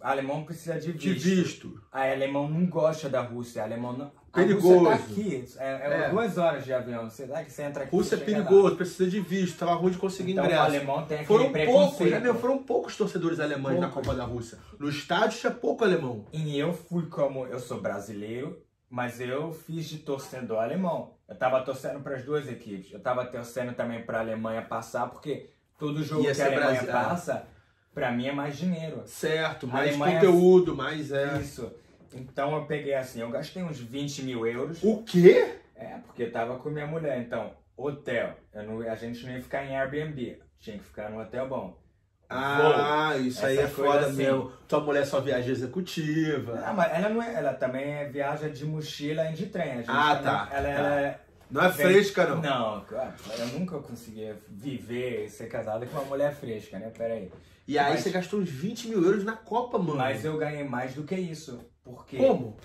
[SPEAKER 4] Alemão precisa de
[SPEAKER 3] De
[SPEAKER 4] visto.
[SPEAKER 3] visto.
[SPEAKER 4] A alemão não gosta da Rússia. A alemão não... a
[SPEAKER 3] Perigoso.
[SPEAKER 4] Rússia tá aqui. É, é
[SPEAKER 3] É.
[SPEAKER 4] duas horas de avião. Você dá que você entra aqui.
[SPEAKER 3] Rússia é
[SPEAKER 4] chega lá.
[SPEAKER 3] perigoso, precisa de visto, tava ruim de conseguir
[SPEAKER 4] Então, o
[SPEAKER 3] ingresso.
[SPEAKER 4] alemão tem aquele
[SPEAKER 3] Foram poucos,
[SPEAKER 4] é preconceito.
[SPEAKER 3] né, meu? Foram poucos torcedores alemães na
[SPEAKER 4] Poucos.
[SPEAKER 3] Copa da Rússia. No estádio tinha pouco alemão.
[SPEAKER 4] E eu fui como eu sou brasileiro, mas eu fiz de torcedor alemão. Eu tava torcendo para as duas equipes. Eu tava torcendo também para a Alemanha passar, porque todo jogo
[SPEAKER 3] Ia
[SPEAKER 4] que a
[SPEAKER 3] ser
[SPEAKER 4] Alemanha
[SPEAKER 3] Brasil, ah.
[SPEAKER 4] passa, para mim é mais dinheiro.
[SPEAKER 3] Certo, mais
[SPEAKER 4] Alemanha-
[SPEAKER 3] conteúdo, mais é.
[SPEAKER 4] Isso. Então eu peguei assim, eu gastei uns 20 mil euros.
[SPEAKER 3] O quê?
[SPEAKER 4] É, porque eu tava com minha mulher. Então, hotel. Eu não- a gente não ia ficar em Airbnb. Tinha que ficar num hotel bom.
[SPEAKER 3] Ah, isso aí é
[SPEAKER 4] Essa coisa
[SPEAKER 3] foda
[SPEAKER 4] assim.
[SPEAKER 3] mesmo. Tua mulher só viaja executiva.
[SPEAKER 4] Ah, mas ela não é. Ela também é- viaja de mochila e de trem. A gente
[SPEAKER 3] Ah,
[SPEAKER 4] também-
[SPEAKER 3] tá.
[SPEAKER 4] Ela,
[SPEAKER 3] Tá.
[SPEAKER 4] ela é.
[SPEAKER 3] Não é fresca, não.
[SPEAKER 4] Não, cara, eu nunca consegui viver e ser casado com uma mulher fresca, né? Pera aí.
[SPEAKER 3] E aí
[SPEAKER 4] Mas-
[SPEAKER 3] você gastou uns 20 mil euros na Copa, mano.
[SPEAKER 4] Mas Tá eu ganhei mais do que isso, porque
[SPEAKER 3] Hum. Como?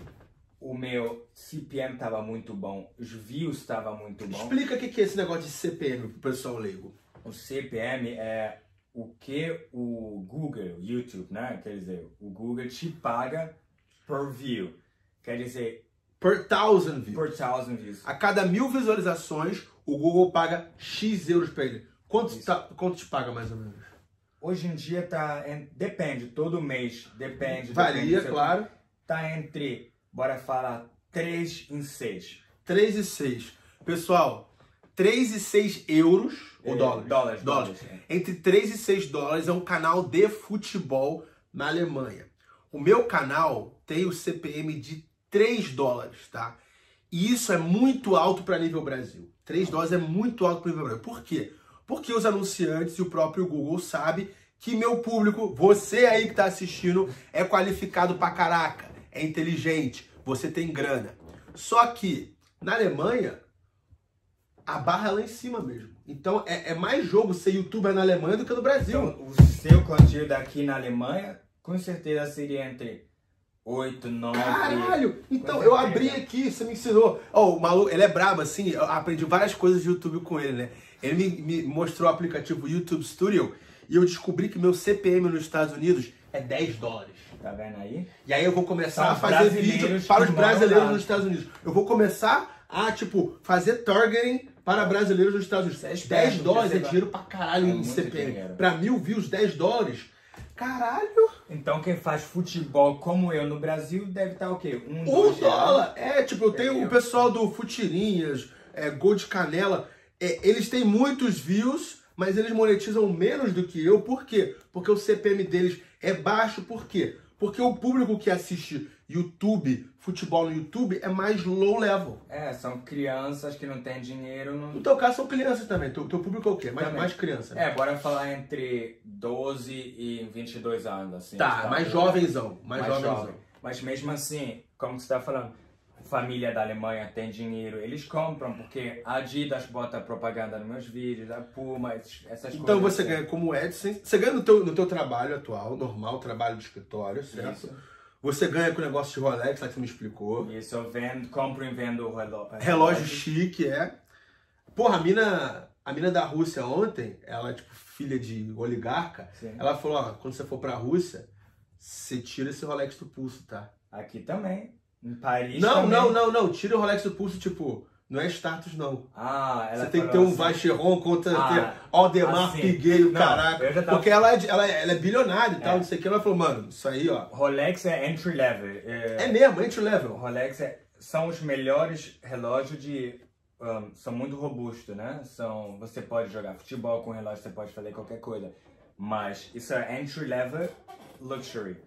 [SPEAKER 4] o meu CPM tava muito bom, os views tava muito bom.
[SPEAKER 3] Explica o que que é esse negócio de CPM pro pessoal leigo.
[SPEAKER 4] O CPM é o que o Google, o YouTube, né? Quer dizer, o Google te paga por view. Quer dizer,
[SPEAKER 3] Per thousand views.
[SPEAKER 4] por thousand views.
[SPEAKER 3] A cada mil visualizações, o Google paga X euros pra ele. Quanto,
[SPEAKER 4] Isso.
[SPEAKER 3] tá- quanto te paga, mais ou menos?
[SPEAKER 4] Hoje em dia tá. en- Depende, todo mês. Depende. depende do
[SPEAKER 3] Varia,
[SPEAKER 4] seu-
[SPEAKER 3] claro.
[SPEAKER 4] Tá entre, bora falar, 3 em 6.
[SPEAKER 3] 3 e 6. Pessoal, 3 e 6 euros ou
[SPEAKER 4] É,
[SPEAKER 3] dólares?
[SPEAKER 4] dólares, dólares, é.
[SPEAKER 3] Entre 3 e 6 dólares é um canal de futebol na Alemanha. O meu canal tem o CPM de 3 dólares, tá? E isso é muito alto para nível Brasil. 3 dólares é muito alto para nível Brasil. Por quê? Porque os anunciantes e o próprio Google sabe que meu público, você aí que tá assistindo, é qualificado pra caraca, é inteligente, você tem grana. Só que na Alemanha, a barra é lá em cima mesmo. Então é, é mais jogo ser youtuber na Alemanha do que no Brasil.
[SPEAKER 4] Então, o seu conteúdo aqui na Alemanha, com certeza seria entre 8, 9.
[SPEAKER 3] Caralho! Então,
[SPEAKER 4] Coisa
[SPEAKER 3] eu abri
[SPEAKER 4] é incrível.
[SPEAKER 3] aqui, você me ensinou. Ó, o maluco, ele é brabo, assim, eu aprendi várias coisas de YouTube com ele, né? Ele me, me mostrou o aplicativo YouTube Studio e eu descobri que meu CPM nos Estados Unidos é 10 dólares.
[SPEAKER 4] Tá vendo aí?
[SPEAKER 3] E aí eu vou começar
[SPEAKER 4] São
[SPEAKER 3] a fazer
[SPEAKER 4] brasileiros
[SPEAKER 3] vídeo
[SPEAKER 4] que
[SPEAKER 3] para os
[SPEAKER 4] moram
[SPEAKER 3] brasileiros
[SPEAKER 4] lá.
[SPEAKER 3] nos Estados Unidos. Eu vou começar a, tipo, fazer targeting para brasileiros nos Estados Unidos.
[SPEAKER 4] Você é
[SPEAKER 3] 10
[SPEAKER 4] esperto,
[SPEAKER 3] dólares
[SPEAKER 4] você
[SPEAKER 3] é
[SPEAKER 4] vai-
[SPEAKER 3] dinheiro pra caralho
[SPEAKER 4] É
[SPEAKER 3] em
[SPEAKER 4] muito
[SPEAKER 3] CPM.
[SPEAKER 4] dinheiro.
[SPEAKER 3] Pra mil views, 10 dólares. Caralho!
[SPEAKER 4] Então, quem faz futebol como eu no Brasil deve estar o quê? Um,
[SPEAKER 3] Um
[SPEAKER 4] dois reais.
[SPEAKER 3] dólar! É, tipo, eu tenho
[SPEAKER 4] Entendeu?
[SPEAKER 3] o pessoal do Futirinhas, é, Gol de Canela. é, eles têm muitos views, mas eles monetizam menos do que eu. Por quê? Porque o CPM deles é baixo. Por quê? Porque o público que assiste YouTube, futebol no YouTube, é mais low level.
[SPEAKER 4] É, são crianças que não têm dinheiro. Não...
[SPEAKER 3] No teu caso, são crianças também. Teu, teu público é o quê? Mais,
[SPEAKER 4] Também.
[SPEAKER 3] mais criança. né?
[SPEAKER 4] É, bora falar entre 12 e 22 anos, assim.
[SPEAKER 3] Tá, mais jovenzão. Mais,
[SPEAKER 4] mais
[SPEAKER 3] jovenzão.
[SPEAKER 4] jovem. Mas mesmo assim, como você tá falando, família da Alemanha tem dinheiro, eles compram, porque a Adidas bota propaganda nos meus vídeos, a Puma, esses- essas coisas.
[SPEAKER 3] Então você
[SPEAKER 4] assim.
[SPEAKER 3] ganha como AdSense, você ganha no teu, no teu trabalho atual, normal, trabalho de escritório, certo?
[SPEAKER 4] Isso.
[SPEAKER 3] Você ganha com o negócio de Rolex, lá que você me explicou.
[SPEAKER 4] Isso, eu vendo, compro e vendo o relo- relógio.
[SPEAKER 3] Relógio chique, é. Porra, a mina, a mina da Rússia ontem, ela, tipo, filha de oligarca,
[SPEAKER 4] Sim.
[SPEAKER 3] ela falou, ó, quando você for pra Rússia, você tira esse Rolex do pulso, tá?
[SPEAKER 4] Aqui também. Em Paris
[SPEAKER 3] não,
[SPEAKER 4] também.
[SPEAKER 3] não, não, não, tira o Rolex do pulso, tipo, não é status, não.
[SPEAKER 4] Ah, ela
[SPEAKER 3] você tem que ter
[SPEAKER 4] falou
[SPEAKER 3] um
[SPEAKER 4] assim,
[SPEAKER 3] Vacheron contra
[SPEAKER 4] Ah,
[SPEAKER 3] ter Aldemar
[SPEAKER 4] assim.
[SPEAKER 3] Pigueiro,
[SPEAKER 4] Não,
[SPEAKER 3] caraca.
[SPEAKER 4] eu já tava-
[SPEAKER 3] Porque ela é, de- ela é- ela é bilionária e tal,
[SPEAKER 4] É.
[SPEAKER 3] não sei o que. Ela falou, mano, isso aí, ó.
[SPEAKER 4] Rolex é entry level. É,
[SPEAKER 3] É mesmo, entry
[SPEAKER 4] O
[SPEAKER 3] level.
[SPEAKER 4] Rolex é- são os melhores relógios de. ahn, são muito robustos, né? São, você pode jogar futebol com relógio, você pode fazer qualquer coisa. Mas isso é entry level luxury.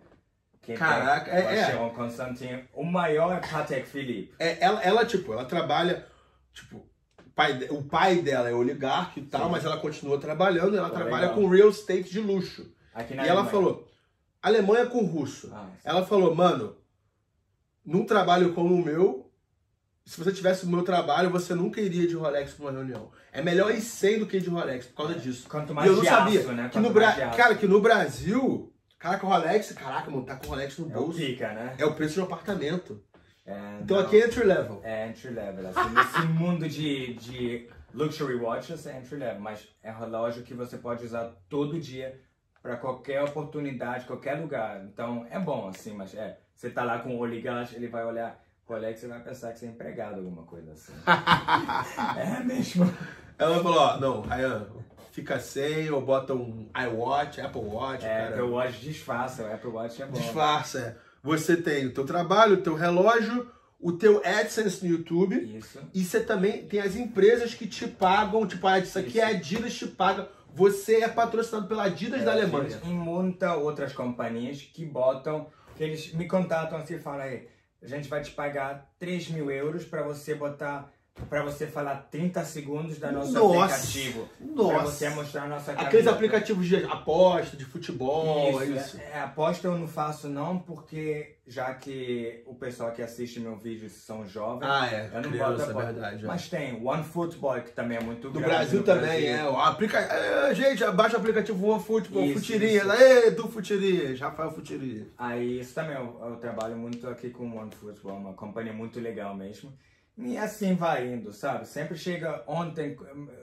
[SPEAKER 4] Quem
[SPEAKER 3] Caraca, é- é.
[SPEAKER 4] Vacheron Constantin. O maior é Patek Philippe.
[SPEAKER 3] É, ela, ela, tipo, ela trabalha, tipo, o pai, de- o pai dela é oligarca e tal, mas ela continua trabalhando, ela
[SPEAKER 4] Pô,
[SPEAKER 3] trabalha
[SPEAKER 4] é legal.
[SPEAKER 3] com real estate de luxo.
[SPEAKER 4] Aqui
[SPEAKER 3] E
[SPEAKER 4] na
[SPEAKER 3] ela
[SPEAKER 4] Alemanha.
[SPEAKER 3] falou, Alemanha é com russo.
[SPEAKER 4] Ah, sim.
[SPEAKER 3] Ela falou, mano, num trabalho como o meu, se você tivesse o meu trabalho, você nunca iria de Rolex pra uma reunião. É melhor ir sem do que ir de Rolex por causa disso.
[SPEAKER 4] É. Quanto
[SPEAKER 3] e
[SPEAKER 4] mais
[SPEAKER 3] eu não
[SPEAKER 4] de aço,
[SPEAKER 3] sabia
[SPEAKER 4] né?
[SPEAKER 3] que no
[SPEAKER 4] Quanto
[SPEAKER 3] Bra...
[SPEAKER 4] mais de aço.
[SPEAKER 3] cara, que no Brasil, caraca, o Rolex, caraca, mano, tá com o Rolex no
[SPEAKER 4] É o
[SPEAKER 3] bolso.
[SPEAKER 4] pica, né?
[SPEAKER 3] É o preço de um apartamento.
[SPEAKER 4] É,
[SPEAKER 3] Então
[SPEAKER 4] não.
[SPEAKER 3] aqui é entry level.
[SPEAKER 4] É entry level. Assim, nesse mundo de, de luxury watches é entry level, mas é relógio que você pode usar todo dia pra qualquer oportunidade, qualquer lugar. Então é bom assim, mas é. Você tá lá com o Oligas, ele vai olhar Rolex e vai pensar que você é empregado, alguma coisa assim. é mesmo.
[SPEAKER 3] Ela falou, ó, não, Ryan, fica sem, ou bota um iWatch, Apple Watch,
[SPEAKER 4] É,
[SPEAKER 3] cara.
[SPEAKER 4] Apple Watch disfarça, o Apple Watch é bom.
[SPEAKER 3] Disfarça, é. Você tem o teu trabalho, o teu relógio, o teu AdSense no YouTube.
[SPEAKER 4] Isso.
[SPEAKER 3] E você também tem as empresas que te pagam, tipo, ah, isso aqui é Adidas te paga. Você é patrocinado pela Adidas da Alemanha.
[SPEAKER 4] É, E muitas outras companhias que botam, que eles me contatam assim e falam aí, a gente vai te pagar 3 mil euros para você botar, para você falar 30 segundos da nosso
[SPEAKER 3] Nossa.
[SPEAKER 4] aplicativo. Pra
[SPEAKER 3] Nossa.
[SPEAKER 4] você mostrar a nossa
[SPEAKER 3] Aqueles
[SPEAKER 4] camisa.
[SPEAKER 3] aplicativos de aposta, de futebol, né? isso.
[SPEAKER 4] Isso, é, é, aposta eu não faço não, porque já que o pessoal que assiste meu vídeo são jovens,
[SPEAKER 3] Ah, é.
[SPEAKER 4] eu não boto
[SPEAKER 3] criança, é
[SPEAKER 4] aposta.
[SPEAKER 3] verdade. é.
[SPEAKER 4] Mas tem OneFootball, que também é muito
[SPEAKER 3] Do
[SPEAKER 4] grande
[SPEAKER 3] Brasil
[SPEAKER 4] no
[SPEAKER 3] também,
[SPEAKER 4] Brasil.
[SPEAKER 3] é. O aplica... é, Gente, abaixa o aplicativo OneFootball,
[SPEAKER 4] Isso,
[SPEAKER 3] Futirias.
[SPEAKER 4] isso.
[SPEAKER 3] Aê, Edu Futirias, Rafael Futirias.
[SPEAKER 4] Aí isso também, eu, eu trabalho muito aqui com o OneFootball, uma companhia muito legal mesmo. E assim vai indo, sabe? Sempre chega. Ontem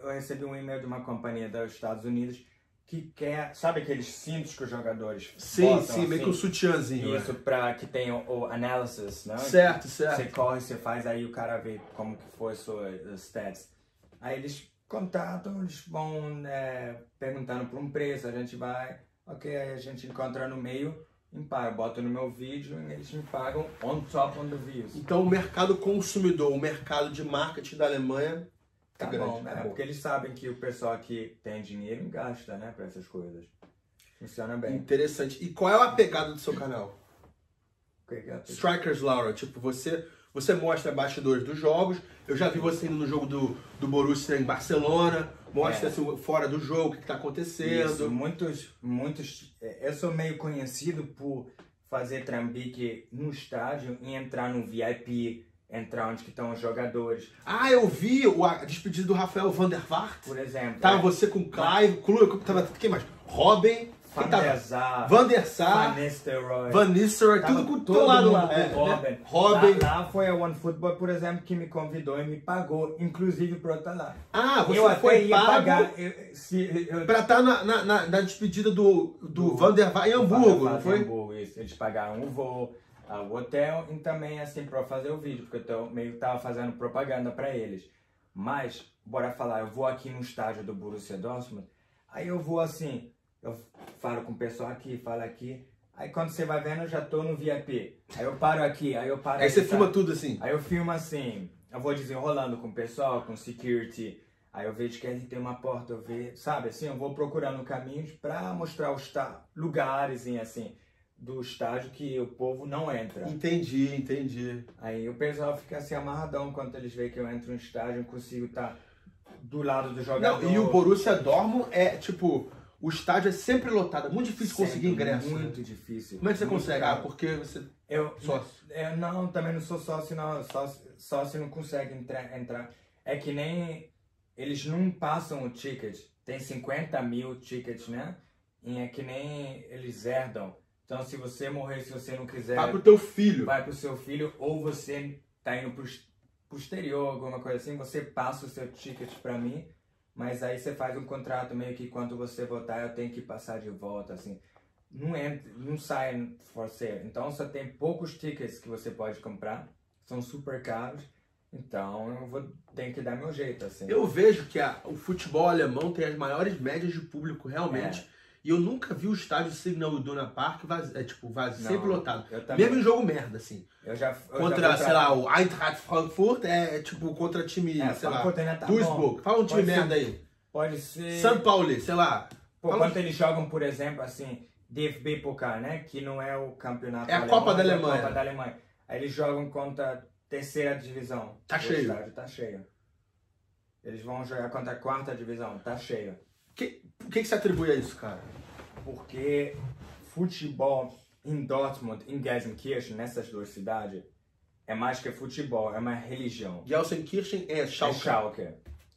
[SPEAKER 4] eu recebi um e-mail de uma companhia dos Estados Unidos que quer. Sabe aqueles cintos que os jogadores
[SPEAKER 3] Sim,
[SPEAKER 4] botam,
[SPEAKER 3] sim, meio que né? um
[SPEAKER 4] assim?
[SPEAKER 3] sutiãzinho.
[SPEAKER 4] Isso, pra que tenha o, o analysis, né?
[SPEAKER 3] é. Certo,
[SPEAKER 4] Você
[SPEAKER 3] certo.
[SPEAKER 4] corre, você faz, aí o cara vê como que foi suas stats. Aí eles contatam, eles vão é, perguntando por um preço, a gente vai, ok, aí a gente encontra no meio, empara, eu boto no meu vídeo e eles me pagam on top on the views.
[SPEAKER 3] Então, o mercado consumidor, o mercado de marketing da Alemanha é
[SPEAKER 4] Tá
[SPEAKER 3] grande.
[SPEAKER 4] bom, né?
[SPEAKER 3] tá bom.
[SPEAKER 4] Porque eles sabem que o pessoal que tem dinheiro gasta, né, pra essas coisas. Funciona bem.
[SPEAKER 3] Interessante. E qual é a pegada do seu canal?
[SPEAKER 4] O que que é?
[SPEAKER 3] Strikers Laura, tipo, você você mostra bastidores dos jogos. Eu já vi você indo no jogo do, do Borussia em Barcelona, mostra
[SPEAKER 4] É.
[SPEAKER 3] assim, fora do jogo o que, que tá acontecendo.
[SPEAKER 4] Isso, muitos, muitos. é, Eu sou meio conhecido por fazer trambique no estádio e entrar no VIP, entrar onde que estão os jogadores,
[SPEAKER 3] Ah, eu vi o, a despedida do Rafael Van der Vaart.
[SPEAKER 4] por exemplo.
[SPEAKER 3] Tava você com o Clive, Clube, tava quem mais? Robin,
[SPEAKER 4] Van
[SPEAKER 3] quem tava?
[SPEAKER 4] der Sar,
[SPEAKER 3] Van der
[SPEAKER 4] Van
[SPEAKER 3] Sar,
[SPEAKER 4] Nistelrooy,
[SPEAKER 3] Van Nistelrooy,
[SPEAKER 4] tava
[SPEAKER 3] tudo com o
[SPEAKER 4] todo
[SPEAKER 3] teu lado
[SPEAKER 4] mundo,
[SPEAKER 3] lá.
[SPEAKER 4] o
[SPEAKER 3] É, né?
[SPEAKER 4] Robin. Tá,
[SPEAKER 3] Robin.
[SPEAKER 4] Lá, lá foi a OneFootball, por exemplo, que me convidou e me pagou, inclusive para eu estar lá.
[SPEAKER 3] Ah, você
[SPEAKER 4] eu até
[SPEAKER 3] foi
[SPEAKER 4] ia
[SPEAKER 3] pago
[SPEAKER 4] pagar. Eu, se, eu,
[SPEAKER 3] pra estar na, na, na- na despedida do, do, Van der Vaart em Hamburgo, um não foi?
[SPEAKER 4] Hamburgo, um isso. Eles pagaram o voo, ah, o hotel e também assim pra eu fazer o vídeo, porque eu tô, meio que tava fazendo propaganda pra eles. Mas, bora falar, eu vou aqui no estádio do Borussia Dortmund, aí eu vou assim, eu falo com o pessoal aqui, falo aqui, aí quando você vai vendo eu já tô no VIP. Aí eu paro aqui, aí eu paro
[SPEAKER 3] Aí você
[SPEAKER 4] aqui, tá?
[SPEAKER 3] filma
[SPEAKER 4] sabe?
[SPEAKER 3] tudo assim.
[SPEAKER 4] Aí eu filmo assim, eu vou desenrolando com o pessoal, com security. Aí eu vejo que ali tem uma porta, eu vejo, sabe assim, eu vou procurando caminhos pra mostrar os ta- lugares e assim do estádio que o povo não entra.
[SPEAKER 3] Entendi, entendi.
[SPEAKER 4] Aí o pessoal fica assim amarradão quando eles veem que eu entro no estádio, eu consigo estar do lado do jogador.
[SPEAKER 3] Não, e o Borussia Dortmund é tipo, o estádio é sempre lotado, é muito difícil conseguir
[SPEAKER 4] Sempre,
[SPEAKER 3] ingresso. né?
[SPEAKER 4] Muito difícil.
[SPEAKER 3] Como é que você
[SPEAKER 4] muito
[SPEAKER 3] consegue? Ah,
[SPEAKER 4] caro.
[SPEAKER 3] porque você
[SPEAKER 4] Eu,
[SPEAKER 3] Sócio.
[SPEAKER 4] eu É, não, também não sou sócio, não. Sócio, sócio não consegue entra- entrar. É que nem eles não passam o ticket. Tem 50 mil tickets, né? E é que nem eles herdam. Então, se você morrer, se você não quiser,
[SPEAKER 3] vai pro teu filho.
[SPEAKER 4] vai pro seu filho ou você tá indo pro, ex- pro exterior, alguma coisa assim. Você passa o seu ticket pra mim, mas aí você faz um contrato meio que quando você voltar, eu tenho que passar de volta, assim não entra, não sai for sale. Então só tem poucos tickets que você pode comprar, são super caros. Então eu vou tenho que dar meu jeito assim.
[SPEAKER 3] Eu vejo que a- o futebol alemão tem as maiores médias de público realmente.
[SPEAKER 4] É.
[SPEAKER 3] E eu nunca vi o estádio Signal Iduna Park vazio, é, tipo, vazio,
[SPEAKER 4] Não,
[SPEAKER 3] sempre lotado.
[SPEAKER 4] Eu também.
[SPEAKER 3] Mesmo em jogo merda, assim.
[SPEAKER 4] eu já eu já
[SPEAKER 3] contra,
[SPEAKER 4] vou
[SPEAKER 3] sei
[SPEAKER 4] pra-
[SPEAKER 3] lá, o Eintracht Frankfurt é, é, tipo contra time,
[SPEAKER 4] é,
[SPEAKER 3] sei lá,
[SPEAKER 4] Frankfurt ainda tá bom.
[SPEAKER 3] Duisburg. Fala um time
[SPEAKER 4] Pode ser. É.
[SPEAKER 3] merda aí.
[SPEAKER 4] Pode ser.
[SPEAKER 3] São Paulo, sei lá.
[SPEAKER 4] Pô,
[SPEAKER 3] Fala-
[SPEAKER 4] quando eles jogam, por exemplo, assim, DFB Pokal, né? Que não é o campeonato
[SPEAKER 3] É a
[SPEAKER 4] alemão,
[SPEAKER 3] Copa da
[SPEAKER 4] é a
[SPEAKER 3] Alemanha.
[SPEAKER 4] Copa da Alemanha. Aí eles jogam contra a terceira divisão.
[SPEAKER 3] Tá
[SPEAKER 4] O
[SPEAKER 3] cheio.
[SPEAKER 4] estádio tá cheio. Eles vão jogar contra a quarta divisão, tá cheio.
[SPEAKER 3] Que- O que, que você atribui a isso, cara?
[SPEAKER 4] porque futebol em Dortmund, em Gelsenkirchen, nessas duas cidades, é mais que futebol, é uma religião.
[SPEAKER 3] Gelsenkirchen é
[SPEAKER 4] É
[SPEAKER 3] Schalke.
[SPEAKER 4] Schalke.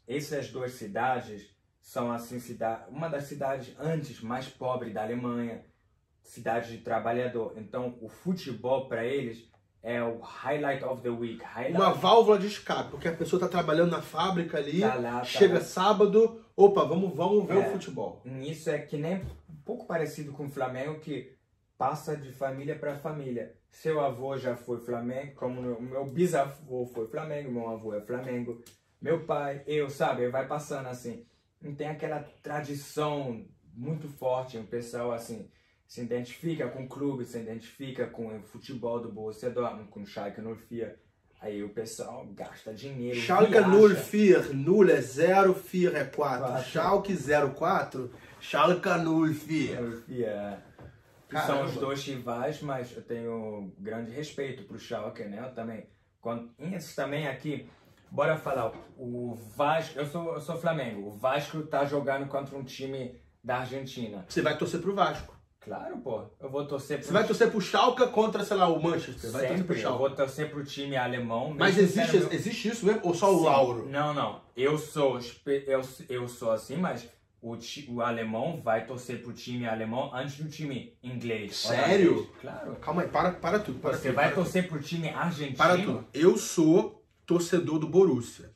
[SPEAKER 4] Essas duas cidades são assim cida uma das cidades antes mais pobres da Alemanha, cidade de trabalhador. Então o futebol para eles é o highlight of the week, highlight.
[SPEAKER 3] Uma válvula de escape, porque a pessoa tá trabalhando na fábrica ali,
[SPEAKER 4] Tá lá, tá
[SPEAKER 3] chega
[SPEAKER 4] lá.
[SPEAKER 3] sábado, opa, vamos, vamos ver
[SPEAKER 4] É.
[SPEAKER 3] o futebol.
[SPEAKER 4] Isso é que nem um pouco parecido com o Flamengo que passa de família para família. Seu avô já foi Flamengo, como o meu bisavô foi Flamengo, meu avô é Flamengo, meu pai, eu, sabe? Vai passando assim. Não tem aquela tradição muito forte, o pessoal assim se identifica com o clube, se identifica com o futebol do Borussia Dortmund, com o Schalke 04. Aí o pessoal gasta dinheiro,
[SPEAKER 3] Schalke
[SPEAKER 4] viaja.
[SPEAKER 3] 0, Vier, 0 é 0, Vier é 4.
[SPEAKER 4] Quatro.
[SPEAKER 3] Schalke 04, Schalke 0, Vier.
[SPEAKER 4] Yeah. Que
[SPEAKER 3] Caramba.
[SPEAKER 4] São os dois rivais, mas eu tenho grande respeito pro Schalke, né? Eu também. Quando, isso também aqui, bora falar. O Vasco, eu sou, eu sou Flamengo. O Vasco tá jogando contra um time da Argentina.
[SPEAKER 3] Você vai torcer pro Vasco.
[SPEAKER 4] Claro, pô. Eu vou torcer pro
[SPEAKER 3] Você vai torcer pro Schalke contra, sei lá, o Manchester. Vai torcer pro
[SPEAKER 4] sempre. Eu
[SPEAKER 3] Schalke.
[SPEAKER 4] vou torcer pro time alemão.
[SPEAKER 3] Mas
[SPEAKER 4] mesmo
[SPEAKER 3] existe,
[SPEAKER 4] sendo meu-
[SPEAKER 3] existe isso mesmo? Ou só o
[SPEAKER 4] Sim.
[SPEAKER 3] Lauro?
[SPEAKER 4] Não, não. Eu sou, espe- eu, eu sou assim, mas o, ti- o alemão vai torcer pro time alemão antes do time inglês.
[SPEAKER 3] Sério?
[SPEAKER 4] Holandês. Claro.
[SPEAKER 3] Calma aí, para, para tudo. Para
[SPEAKER 4] Você
[SPEAKER 3] tudo,
[SPEAKER 4] vai
[SPEAKER 3] para tudo.
[SPEAKER 4] torcer pro time argentino?
[SPEAKER 3] Para tudo. Eu sou torcedor do Borussia.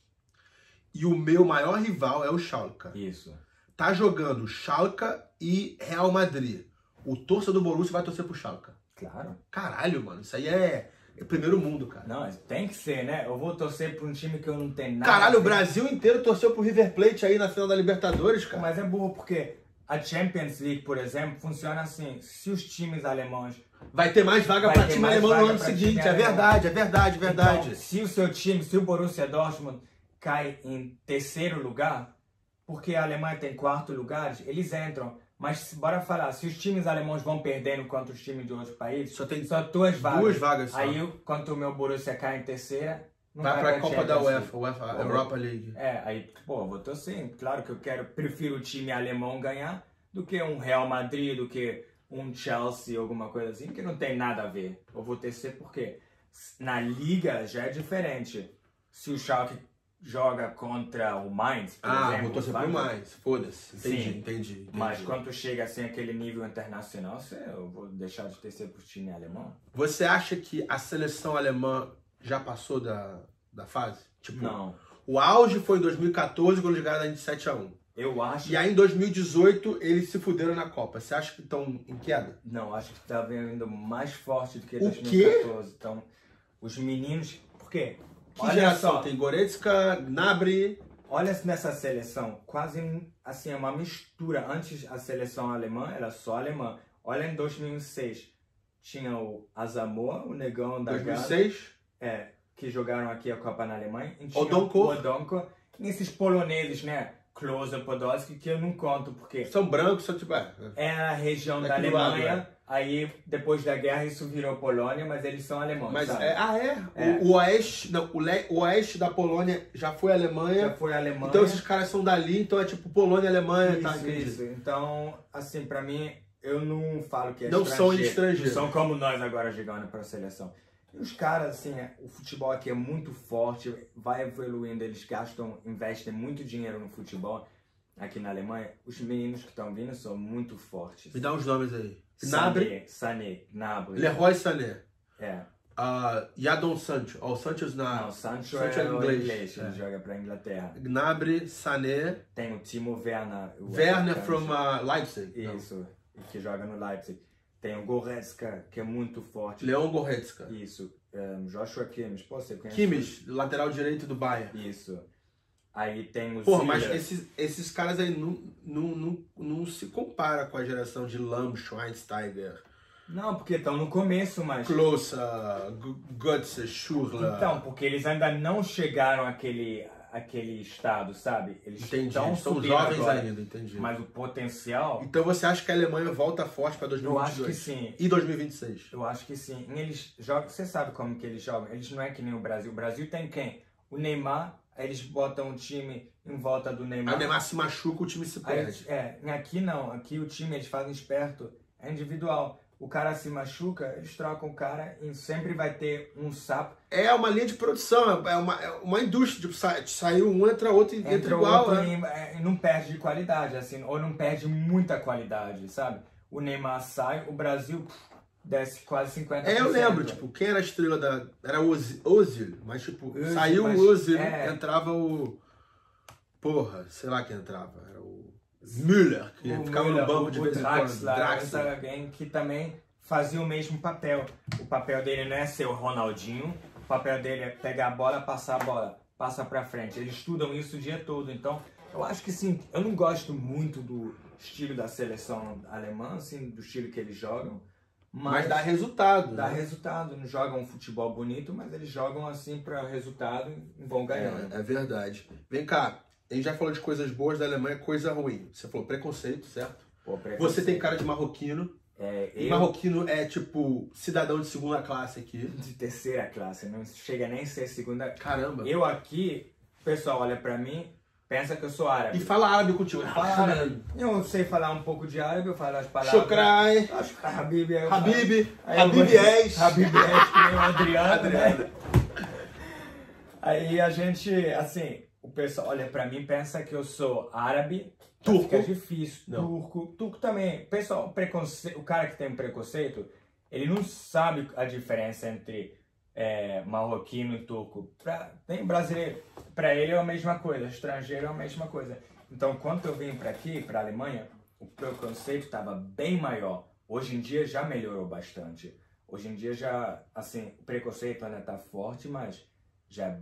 [SPEAKER 3] E o meu maior rival é o Schalke.
[SPEAKER 4] Isso.
[SPEAKER 3] Tá jogando Schalke e Real Madrid. O torcedor do Borussia vai torcer pro Schalke.
[SPEAKER 4] Claro.
[SPEAKER 3] Caralho, mano. Isso aí é, é primeiro mundo, cara.
[SPEAKER 4] Não, tem que ser, né? Eu vou torcer pra um time que eu não tenho nada.
[SPEAKER 3] Caralho,
[SPEAKER 4] a
[SPEAKER 3] o
[SPEAKER 4] ver.
[SPEAKER 3] Brasil inteiro torceu pro River Plate aí na final da Libertadores, cara.
[SPEAKER 4] Mas é burro porque a Champions League, por exemplo, funciona assim. Se os times alemães.
[SPEAKER 3] Vai ter mais vaga
[SPEAKER 4] Vai
[SPEAKER 3] pra
[SPEAKER 4] ter
[SPEAKER 3] time
[SPEAKER 4] mais
[SPEAKER 3] alemão no
[SPEAKER 4] vaga
[SPEAKER 3] ano
[SPEAKER 4] pra
[SPEAKER 3] seguinte.
[SPEAKER 4] time
[SPEAKER 3] É
[SPEAKER 4] alemão.
[SPEAKER 3] verdade, é verdade, é verdade.
[SPEAKER 4] Então, se o seu time, se o Borussia Dortmund cai em terceiro lugar, porque a Alemanha tem quarto lugar, eles entram. Mas se- bora falar, se os times alemães vão perdendo contra os times de outros países,
[SPEAKER 3] Só tem
[SPEAKER 4] só duas vagas.
[SPEAKER 3] duas vagas só.
[SPEAKER 4] Aí, quando o meu Borussia cai em terceira, não
[SPEAKER 3] vai pra Copa
[SPEAKER 4] Champions
[SPEAKER 3] da
[SPEAKER 4] League.
[SPEAKER 3] UEFA, UEFA
[SPEAKER 4] Pô,
[SPEAKER 3] Europa League.
[SPEAKER 4] É, aí, pô, vou torcer. Claro que eu quero, prefiro o time alemão ganhar do que um Real Madrid, do que um Chelsea, alguma coisa assim, que não tem nada a ver. Eu vou torcer porque na liga já é diferente. Se o Schalke joga contra o Mainz, por
[SPEAKER 3] Ah,
[SPEAKER 4] exemplo,
[SPEAKER 3] vou torcer
[SPEAKER 4] vai-
[SPEAKER 3] pro mais. Foda-se. Entendi,
[SPEAKER 4] Sim.
[SPEAKER 3] entendi, entendi.
[SPEAKER 4] Mas quando chega assim aquele nível internacional, você- eu vou deixar de torcer pro time alemão?
[SPEAKER 3] Você acha que a seleção alemã já passou da, da fase? Tipo,
[SPEAKER 4] Não.
[SPEAKER 3] o auge foi em 2014, quando eles ganharam de 7 a 1
[SPEAKER 4] Eu acho
[SPEAKER 3] E aí em 2018 eles se fuderam na Copa. Você acha que estão em queda?
[SPEAKER 4] Não, acho que tá vindo mais forte do que
[SPEAKER 3] O
[SPEAKER 4] 2014. Então, os meninos. Por quê?
[SPEAKER 3] Que
[SPEAKER 4] olha
[SPEAKER 3] geração?
[SPEAKER 4] só,
[SPEAKER 3] Tem Goretzka, Gnabry.
[SPEAKER 4] Tá olha nessa seleção, quase assim, é uma mistura. Antes a seleção alemã era só alemã. Olha em 2006, tinha o Azamor, o negão da Gávea,
[SPEAKER 3] 2006.
[SPEAKER 4] é, que jogaram aqui a Copa na Alemanha. E tinha
[SPEAKER 3] Odonko.
[SPEAKER 4] o Odonko. E esses poloneses, né? Klose, Podolski, que eu não conto porque
[SPEAKER 3] São brancos, são tipo. é,
[SPEAKER 4] era a região da
[SPEAKER 3] Daqui do lado,
[SPEAKER 4] Alemanha.
[SPEAKER 3] né?
[SPEAKER 4] Aí, depois da guerra, isso virou Polônia, mas eles são alemães,
[SPEAKER 3] Mas
[SPEAKER 4] sabe?
[SPEAKER 3] é, ah, é?
[SPEAKER 4] É.
[SPEAKER 3] O, o oeste, não, o, le- o oeste da Polônia já foi Alemanha.
[SPEAKER 4] Já foi a Alemanha.
[SPEAKER 3] Então esses caras são dali, então é tipo Polônia, Alemanha, tá?
[SPEAKER 4] isso,
[SPEAKER 3] entendi.
[SPEAKER 4] isso. Então, assim, pra mim, eu não falo que é
[SPEAKER 3] Não são
[SPEAKER 4] estrangeiro.
[SPEAKER 3] estrangeiros.
[SPEAKER 4] Não são como nós agora jogando pra seleção. E os caras, assim, é- o futebol aqui é muito forte, vai evoluindo, eles gastam, investem muito dinheiro no futebol aqui na Alemanha. Os meninos que estão vindo são muito fortes.
[SPEAKER 3] Me dá uns nomes aí. Gnabry,
[SPEAKER 4] Sané, Sané, Gnabry.
[SPEAKER 3] Leroy Sané,
[SPEAKER 4] É.
[SPEAKER 3] ah, Yadon Sancho. Ó, o Sancho na...
[SPEAKER 4] Não, o Sancho,
[SPEAKER 3] Sancho
[SPEAKER 4] é,
[SPEAKER 3] é
[SPEAKER 4] o
[SPEAKER 3] inglês.
[SPEAKER 4] inglês, ele
[SPEAKER 3] É.
[SPEAKER 4] joga pra Inglaterra.
[SPEAKER 3] Gnabry, Sané,
[SPEAKER 4] Tem o Timo Werner. o
[SPEAKER 3] Werner
[SPEAKER 4] atacante.
[SPEAKER 3] from ah, Leipzig. Não.
[SPEAKER 4] Isso, que joga no Leipzig. Tem o Goretzka, que é muito forte.
[SPEAKER 3] Leon Goretzka.
[SPEAKER 4] Isso. Um, Joshua Kimmich, pô, você conhece?
[SPEAKER 3] Kimmich, lateral direito do Bayern.
[SPEAKER 4] Isso. Aí tem o
[SPEAKER 3] Porra, mas
[SPEAKER 4] Ziller.
[SPEAKER 3] esses, esses caras aí não, não, não, não se compara com a geração de Lamb, Schweinsteiger,
[SPEAKER 4] Não, porque estão no começo, mas...
[SPEAKER 3] Klose, Gu- Götze, Schürrle.
[SPEAKER 4] Então, porque eles ainda não chegaram àquele, àquele estado, sabe? Eles
[SPEAKER 3] entendi.
[SPEAKER 4] estão
[SPEAKER 3] São
[SPEAKER 4] subindo
[SPEAKER 3] jovens
[SPEAKER 4] então, agora,
[SPEAKER 3] ainda, entendi.
[SPEAKER 4] Mas o potencial...
[SPEAKER 3] Então você acha que a Alemanha volta forte pra
[SPEAKER 4] Eu acho
[SPEAKER 3] 2022?
[SPEAKER 4] que sim.
[SPEAKER 3] E 2026?
[SPEAKER 4] Eu acho que sim. E Eles jogam, você sabe como que eles jogam. Eles não é que nem o Brasil. O Brasil tem quem? O Neymar, aí eles botam um time em volta do Neymar.
[SPEAKER 3] Aí Ah, o Neymar se machuca, o time se
[SPEAKER 4] Aí,
[SPEAKER 3] perde.
[SPEAKER 4] é, aqui não. Aqui o time eles fazem esperto. É individual. o cara se machuca, eles trocam o cara e sempre vai ter um sapo.
[SPEAKER 3] É uma linha de produção, é uma, é uma indústria. Tipo, sa- saiu um, entra outro e entra,
[SPEAKER 4] Entra
[SPEAKER 3] igual.
[SPEAKER 4] outro
[SPEAKER 3] né?
[SPEAKER 4] e, e não perde de qualidade, assim, ou não perde muita qualidade, sabe? O Neymar sai, o Brasil pff, desce quase 50%.
[SPEAKER 3] É, eu lembro, tipo, quem era a estrela da. Era Ozi- Ozil, mas tipo,
[SPEAKER 4] Ozil,
[SPEAKER 3] saiu
[SPEAKER 4] mas-
[SPEAKER 3] o Ozil,
[SPEAKER 4] é.
[SPEAKER 3] entrava o. Porra, sei lá quem entrava. Era o. Müller, que
[SPEAKER 4] O
[SPEAKER 3] ficava
[SPEAKER 4] Müller,
[SPEAKER 3] no banco
[SPEAKER 4] o-
[SPEAKER 3] de
[SPEAKER 4] o
[SPEAKER 3] vez em quando.
[SPEAKER 4] Draxler,
[SPEAKER 3] Draxler.
[SPEAKER 4] era alguém que também fazia o mesmo papel. O papel dele não é ser o Ronaldinho, o papel dele é pegar a bola, passar a bola, passa pra frente. Eles estudam isso o dia todo, então eu acho que sim, eu não gosto muito do estilo da seleção alemã, assim, do estilo que eles jogam, mas,
[SPEAKER 3] Mas dá resultado.
[SPEAKER 4] dá
[SPEAKER 3] né?
[SPEAKER 4] resultado. Não jogam um futebol bonito, mas eles jogam assim pra resultado e vão ganhando.
[SPEAKER 3] É, é verdade. Vem cá, a gente já falou de coisas boas da Alemanha, coisa ruim. Você falou preconceito, certo?
[SPEAKER 4] Pô, preconceito.
[SPEAKER 3] Você tem cara de marroquino.
[SPEAKER 4] É,
[SPEAKER 3] E
[SPEAKER 4] eu-
[SPEAKER 3] marroquino é tipo cidadão de segunda classe aqui.
[SPEAKER 4] de terceira classe, não chega nem a ser segunda
[SPEAKER 3] Caramba.
[SPEAKER 4] Eu aqui, o pessoal olha pra mim, pensa que eu sou
[SPEAKER 3] E
[SPEAKER 4] árabe.
[SPEAKER 3] fala árabe contigo.
[SPEAKER 4] Fala árabe. Eu sei falar um pouco de árabe, eu falo as palavras.
[SPEAKER 3] Chokrai,
[SPEAKER 4] Acho que Habib é o-
[SPEAKER 3] Habib,
[SPEAKER 4] Aí eu
[SPEAKER 3] Habib
[SPEAKER 4] vou-
[SPEAKER 3] És.
[SPEAKER 4] Habib És, Tá que nem o Adriano. Adriano. Aí a gente, assim, o pessoal olha pra mim pensa que eu sou árabe.
[SPEAKER 3] Turco.
[SPEAKER 4] Fica difícil.
[SPEAKER 3] Não.
[SPEAKER 4] Turco. Turco também. Pessoal, preconce... o cara que tem um preconceito, ele não sabe a diferença entre é, marroquino e turco. Pra... Tem brasileiro. Pra ele é a mesma coisa. Estrangeiro é a mesma coisa. Então, quando eu vim pra aqui, pra Alemanha, o preconceito estava bem maior. Hoje em dia já melhorou bastante. Hoje em dia já, assim, o preconceito ainda tá forte, mas já é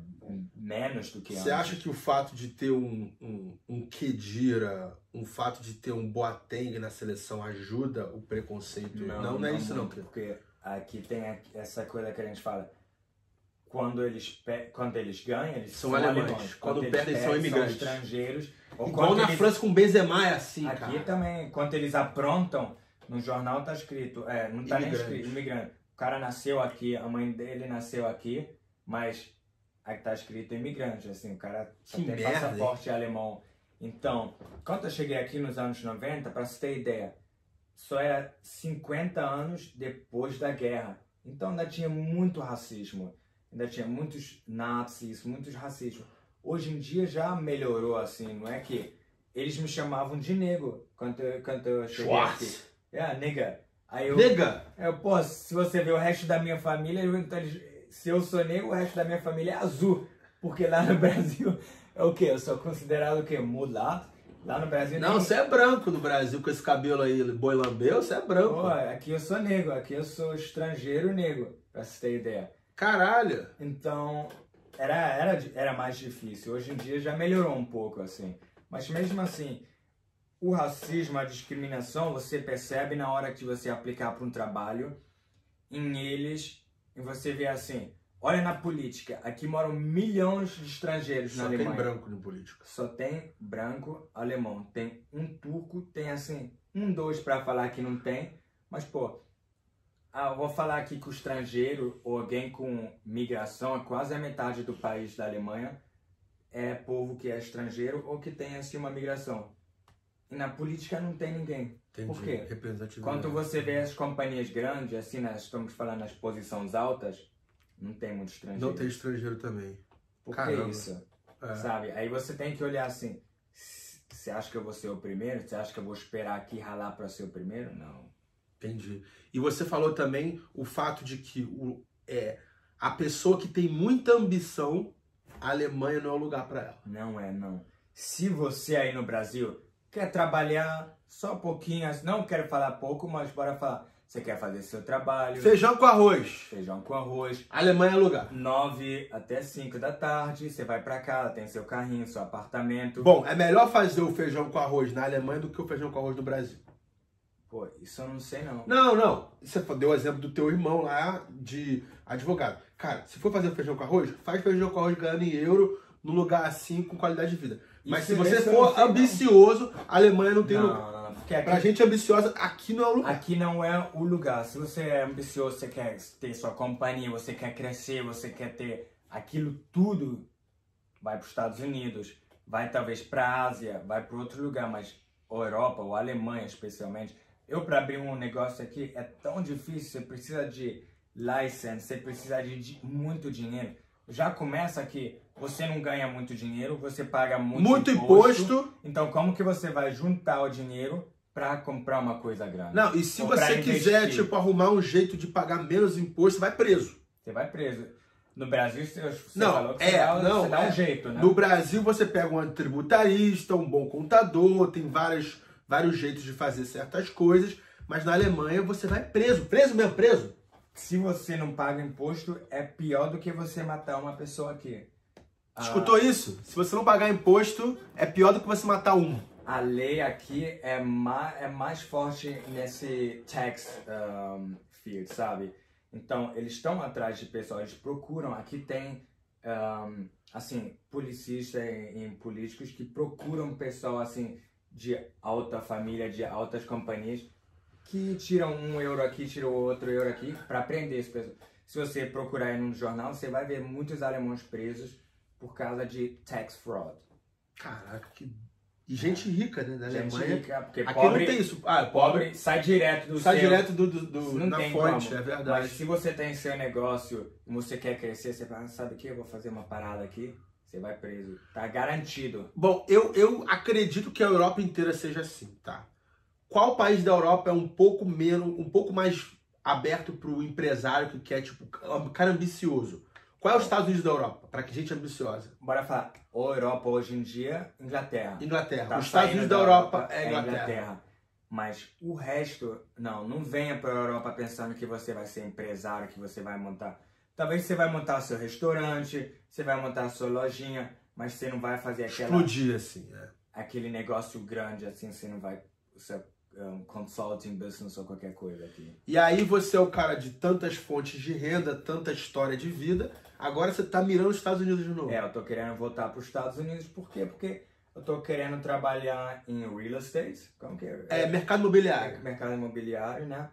[SPEAKER 4] menos do que
[SPEAKER 3] Você acha que o fato de ter um, um, um Kedira, um fato de ter um Boateng na seleção ajuda o preconceito? Não, não, é isso não,
[SPEAKER 4] muito,
[SPEAKER 3] cara.
[SPEAKER 4] Porque aqui tem a- essa coisa que a gente fala. Quando eles, pe- quando eles ganham, eles
[SPEAKER 3] São
[SPEAKER 4] são,
[SPEAKER 3] alemães.
[SPEAKER 4] alemães.
[SPEAKER 3] Quando
[SPEAKER 4] eles
[SPEAKER 3] perdem, são imigrantes.
[SPEAKER 4] estrangeiros. Ou
[SPEAKER 3] Igual
[SPEAKER 4] quando
[SPEAKER 3] na
[SPEAKER 4] eles-
[SPEAKER 3] França com Benzema é assim,
[SPEAKER 4] Aqui
[SPEAKER 3] cara.
[SPEAKER 4] também, quando eles aprontam, no jornal tá escrito, é, não tá
[SPEAKER 3] Imigrante.
[SPEAKER 4] nem escrito, imigrante. O cara nasceu aqui, a mãe dele nasceu aqui, mas aí tá escrito imigrante, assim, o cara só
[SPEAKER 3] Que
[SPEAKER 4] tem
[SPEAKER 3] merda, hein?
[SPEAKER 4] passaporte alemão. Então, quando eu cheguei aqui nos anos 90, pra você ter ideia, só era 50 anos depois da guerra. Então ainda tinha muito racismo, ainda tinha muitos nazis, muitos racismos. Hoje em dia já melhorou assim, não é que eles me chamavam de nego quando eu, quando eu cheguei aqui.
[SPEAKER 3] Schwarz.
[SPEAKER 4] É, nega. Aí eu,
[SPEAKER 3] Nega,
[SPEAKER 4] eu, pô, se você vê o resto da minha família, eu- então eles- se eu sou negro, o resto da minha família é azul. Porque lá no Brasil é o quê? Eu sou considerado o quê? Mulato? Lá no Brasil
[SPEAKER 3] não,
[SPEAKER 4] tem-
[SPEAKER 3] você é branco no Brasil com esse cabelo aí, boi lambeu, você é branco.
[SPEAKER 4] Pô, aqui eu sou negro, aqui eu sou estrangeiro negro, pra você ter ideia.
[SPEAKER 3] Caralho.
[SPEAKER 4] Então, era, era, di- era mais difícil. Hoje em dia já melhorou um pouco, assim. Mas mesmo assim, o racismo, a discriminação, você percebe na hora que você aplicar para um trabalho em eles e você vê assim, olha na política, aqui moram milhões de estrangeiros na
[SPEAKER 3] Só é tem
[SPEAKER 4] Alemanha.
[SPEAKER 3] branco no político.
[SPEAKER 4] Só tem branco, alemão. Tem um turco, tem assim, um, dois pra falar que não tem. Mas, pô, ah, eu vou falar aqui que o estrangeiro ou alguém com migração, é quase a metade do país da Alemanha é povo que é estrangeiro ou que tem assim uma migração. E na política não tem ninguém.
[SPEAKER 3] Entendi.
[SPEAKER 4] Por quê?
[SPEAKER 3] Representatividade.
[SPEAKER 4] Quando você vê as companhias grandes, assim, nós estamos falando nas posições altas, não tem muito estrangeiro.
[SPEAKER 3] Não tem estrangeiro também.
[SPEAKER 4] Por
[SPEAKER 3] Caramba.
[SPEAKER 4] que isso?
[SPEAKER 3] É.
[SPEAKER 4] Sabe? Aí você tem que olhar assim. Você acha que eu vou ser o primeiro? Você acha que eu vou esperar aqui ralar pra ser o primeiro? Não.
[SPEAKER 3] Entendi. E você falou também o fato de que o, é, a pessoa que tem muita ambição, a Alemanha não é o lugar pra ela.
[SPEAKER 4] Não é, não. Se você aí no Brasil quer trabalhar só um pouquinho, assim, não quero falar pouco, mas bora falar. Você quer fazer seu trabalho,
[SPEAKER 3] Feijão com arroz.
[SPEAKER 4] feijão com arroz,
[SPEAKER 3] A Alemanha é lugar.
[SPEAKER 4] 9 até 5 da tarde, você vai pra casa, tem seu carrinho, seu apartamento.
[SPEAKER 3] Bom, é melhor fazer o feijão com arroz na Alemanha do que o feijão com arroz no Brasil.
[SPEAKER 4] Pô, isso eu não sei não.
[SPEAKER 3] Não, não. Você deu o exemplo do teu irmão lá de advogado. Cara, se for fazer feijão com arroz, faz feijão com arroz ganhando em euro num lugar assim com qualidade de vida. Mas
[SPEAKER 4] Isso-
[SPEAKER 3] se você
[SPEAKER 4] isso eu não
[SPEAKER 3] for
[SPEAKER 4] sei, não.
[SPEAKER 3] ambicioso, a Alemanha não tem
[SPEAKER 4] não,
[SPEAKER 3] lugar.
[SPEAKER 4] não, não, porque aqui
[SPEAKER 3] Pra gente ambiciosa, aqui não é o lugar.
[SPEAKER 4] Aqui não é o lugar. Se você é ambicioso, você quer ter sua companhia, você quer crescer, você quer ter aquilo tudo, vai para os Estados Unidos, vai talvez para a Ásia, vai para outro lugar, mas a Europa ou a Alemanha especialmente, Eu, pra abrir um negócio aqui, é tão difícil. Você precisa de license, você precisa de, di- muito dinheiro. Já começa que você não ganha muito dinheiro, você paga muito,
[SPEAKER 3] Muito imposto.
[SPEAKER 4] Então, como que você vai juntar o dinheiro pra comprar uma coisa grande?
[SPEAKER 3] Não, e se
[SPEAKER 4] Ou pra
[SPEAKER 3] você quiser,
[SPEAKER 4] investir.
[SPEAKER 3] tipo, arrumar um jeito de pagar menos imposto, você vai preso.
[SPEAKER 4] Você vai preso. No Brasil, você você falou
[SPEAKER 3] Não,
[SPEAKER 4] que você,
[SPEAKER 3] é,
[SPEAKER 4] dá,
[SPEAKER 3] não,
[SPEAKER 4] você dá
[SPEAKER 3] é.
[SPEAKER 4] um jeito, né?
[SPEAKER 3] No Brasil você pega um tributarista, um bom contador, tem várias, vários jeitos de fazer certas coisas, mas na Alemanha você vai preso, preso mesmo, preso.
[SPEAKER 4] Se você não paga imposto, é pior do que você matar uma pessoa aqui. Ah,
[SPEAKER 3] Escutou isso? Se você não pagar imposto, é pior do que você matar um.
[SPEAKER 4] A lei aqui é, ma é mais forte nesse tax um, field, sabe? Então, eles estão atrás de pessoas, eles procuram. Aqui tem, um, assim, policistas e, e políticos que procuram pessoal, assim, de alta família, de altas companhias, que tiram um euro aqui, tiram outro euro aqui, para prender esse pessoal. Se você procurar aí no jornal, você vai ver muitos alemães presos por causa de tax fraud.
[SPEAKER 3] Caraca, que. E gente rica, né? Na
[SPEAKER 4] Gente
[SPEAKER 3] Alemanha.
[SPEAKER 4] rica, porque
[SPEAKER 3] Aqui
[SPEAKER 4] pobre,
[SPEAKER 3] não tem isso. Ah, pobre.
[SPEAKER 4] Pobre sai direto do
[SPEAKER 3] Sai
[SPEAKER 4] seu.
[SPEAKER 3] direto do, do, do-
[SPEAKER 4] Não
[SPEAKER 3] na
[SPEAKER 4] tem
[SPEAKER 3] fonte,
[SPEAKER 4] como.
[SPEAKER 3] é verdade.
[SPEAKER 4] Mas se você tem seu negócio e você quer crescer, você fala, "Ah, sabe o que? Eu vou fazer uma parada aqui, você vai preso. Tá garantido.
[SPEAKER 3] Bom, eu, eu acredito que a Europa inteira seja assim, tá? Qual país da Europa é um pouco menos, um pouco mais aberto pro empresário que quer, tipo, um cara ambicioso? Qual é os Estados Unidos da Europa? Pra que gente é ambiciosa?
[SPEAKER 4] Bora falar, ou Europa hoje em dia, Inglaterra.
[SPEAKER 3] Inglaterra.
[SPEAKER 4] Tá
[SPEAKER 3] os Estados
[SPEAKER 4] saindo
[SPEAKER 3] Unidos da Europa, é Inglaterra.
[SPEAKER 4] Mas o resto, não, não venha para a Europa pensando que você vai ser empresário, que você vai montar. Talvez você vai montar seu restaurante, você vai montar sua lojinha, mas você não vai fazer aquela
[SPEAKER 3] Explodir, assim, né?
[SPEAKER 4] aquele negócio grande assim, você não vai. o Seu um, consulting business ou qualquer coisa aqui.
[SPEAKER 3] E aí você é o cara de tantas fontes de renda, tanta história de vida, agora você tá mirando os Estados Unidos de novo.
[SPEAKER 4] É, eu tô querendo voltar para os Estados Unidos, por quê? Porque eu tô querendo trabalhar em real estate, como que é?
[SPEAKER 3] É, mercado imobiliário.
[SPEAKER 4] mercado imobiliário, né?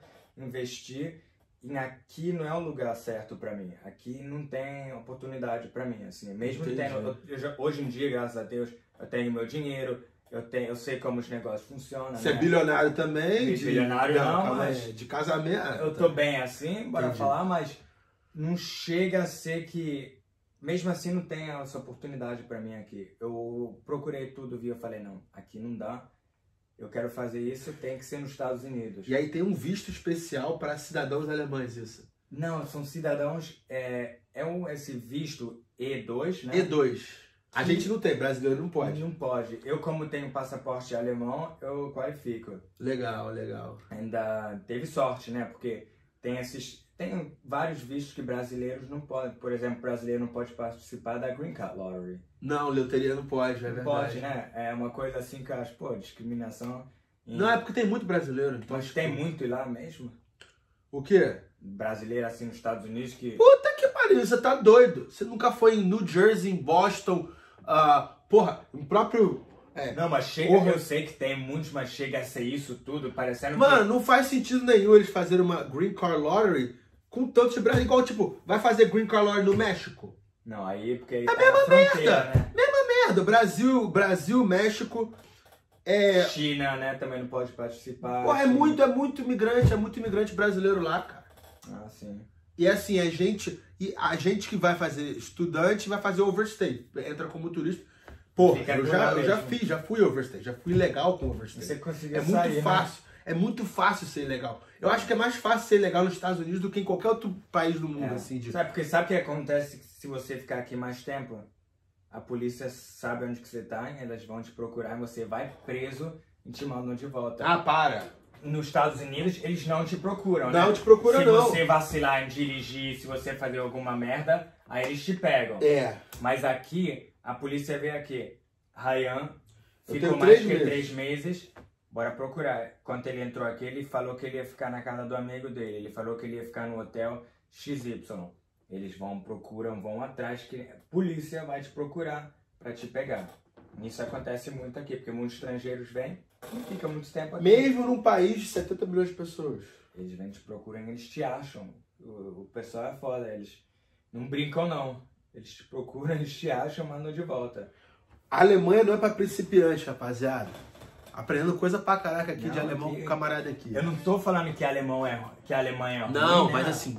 [SPEAKER 4] Investir em aqui não é o lugar certo pra mim. Aqui não tem oportunidade pra mim, assim. Mesmo
[SPEAKER 3] Entendi.
[SPEAKER 4] tendo, eu- eu já- hoje em dia, graças a Deus, eu tenho meu dinheiro, eu tenho, eu sei como os negócios funcionam.
[SPEAKER 3] Você é
[SPEAKER 4] né?
[SPEAKER 3] bilionário também?
[SPEAKER 4] Bilionário não,
[SPEAKER 3] calma aí,
[SPEAKER 4] mas-
[SPEAKER 3] De casamento.
[SPEAKER 4] Eu tô bem assim, bora
[SPEAKER 3] Entendi.
[SPEAKER 4] falar, mas não chega a ser que mesmo assim não tem essa oportunidade pra mim aqui. Eu procurei tudo, vi, eu falei não, aqui não dá. Eu quero fazer isso, tem que ser nos Estados Unidos.
[SPEAKER 3] E aí tem um visto especial para cidadãos alemães, isso.
[SPEAKER 4] Não, são cidadãos. É, é um, esse visto E2, né?
[SPEAKER 3] E2. A
[SPEAKER 4] Sim.
[SPEAKER 3] gente não tem, brasileiro não pode.
[SPEAKER 4] Não pode. Eu, como tenho passaporte alemão, eu qualifico.
[SPEAKER 3] Legal, legal.
[SPEAKER 4] Ainda teve sorte, né? Porque tem esses. Tem vários vistos que brasileiros não podem. Por exemplo, brasileiro não pode participar da Green Card Lottery.
[SPEAKER 3] Não, leuteria não pode, é
[SPEAKER 4] Não
[SPEAKER 3] verdade.
[SPEAKER 4] pode, né? É uma coisa assim que eu acho, pô, discriminação. em-
[SPEAKER 3] Não, é porque tem muito brasileiro. então,
[SPEAKER 4] Mas
[SPEAKER 3] tipo,
[SPEAKER 4] tem muito lá mesmo.
[SPEAKER 3] O quê?
[SPEAKER 4] Brasileiro assim nos Estados Unidos que.
[SPEAKER 3] Puta que pariu, você tá doido. Você nunca foi em New Jersey, em Boston, ah, porra, o próprio... é,
[SPEAKER 4] Não, mas chega,
[SPEAKER 3] Porra.
[SPEAKER 4] eu sei que tem muitos, mas chega a ser isso tudo, parecendo que-
[SPEAKER 3] Mano, não faz sentido nenhum eles fazerem uma Green Card Lottery com tantos de brasileiros. Igual, tipo, vai fazer Green Card Lottery no México?
[SPEAKER 4] Não, aí porque aí tá na fronteira, né?
[SPEAKER 3] é Merda, Brasil, Brasil, México... É,
[SPEAKER 4] China, né, também não pode participar. assim.
[SPEAKER 3] Porra, é
[SPEAKER 4] China-
[SPEAKER 3] muito, é muito imigrante, é muito imigrante brasileiro lá, cara.
[SPEAKER 4] Ah, sim.
[SPEAKER 3] E assim, a gente, e a gente que vai fazer estudante vai fazer overstay. Entra como turista. Porra,
[SPEAKER 4] Fica
[SPEAKER 3] eu
[SPEAKER 4] com
[SPEAKER 3] já,
[SPEAKER 4] ela
[SPEAKER 3] eu já
[SPEAKER 4] mesmo.
[SPEAKER 3] fiz, já fui overstay, já fui legal com
[SPEAKER 4] Você
[SPEAKER 3] overstay.
[SPEAKER 4] conseguiu
[SPEAKER 3] É muito
[SPEAKER 4] sair, né?
[SPEAKER 3] fácil, é muito fácil ser legal. Eu acho que é mais fácil ser legal nos Estados Unidos do que em qualquer outro país do mundo,
[SPEAKER 4] É.
[SPEAKER 3] assim. De...
[SPEAKER 4] Sabe porque sabe o que acontece se você ficar aqui mais tempo? A polícia sabe onde que você tá, e elas vão te procurar, e você vai preso e te mandam de volta.
[SPEAKER 3] Ah, para.
[SPEAKER 4] Nos Estados Unidos, eles não te procuram, né?
[SPEAKER 3] Não te procura,
[SPEAKER 4] se
[SPEAKER 3] não.
[SPEAKER 4] você vacilar em dirigir, se você fazer alguma merda, aí eles te pegam.
[SPEAKER 3] É.
[SPEAKER 4] Mas aqui, a polícia veio aqui. Ryan
[SPEAKER 3] Eu
[SPEAKER 4] ficou
[SPEAKER 3] tenho
[SPEAKER 4] mais
[SPEAKER 3] três
[SPEAKER 4] que
[SPEAKER 3] meses.
[SPEAKER 4] três meses. Bora procurar. Quando ele entrou aqui, ele falou que ele ia ficar na casa do amigo dele. Ele falou que ele ia ficar no hotel XY. Eles vão, procuram, vão atrás, que a polícia vai te procurar pra te pegar. Isso acontece muito aqui, porque muitos estrangeiros vêm e ficam muito tempo aqui.
[SPEAKER 3] Mesmo num país de 70 milhões de pessoas.
[SPEAKER 4] Eles vêm te procuram e eles te acham. O, o pessoal é foda, eles não brincam não. Eles te procuram, eles te acham, mandam de volta.
[SPEAKER 3] A Alemanha não é pra principiante, rapaziada. Aprendendo coisa pra caraca aqui de
[SPEAKER 4] Não,
[SPEAKER 3] alemão
[SPEAKER 4] aqui-
[SPEAKER 3] com o camarada aqui.
[SPEAKER 4] Eu não tô falando que alemão é que a Alemanha é ruim,
[SPEAKER 3] Não,
[SPEAKER 4] né?
[SPEAKER 3] mas assim,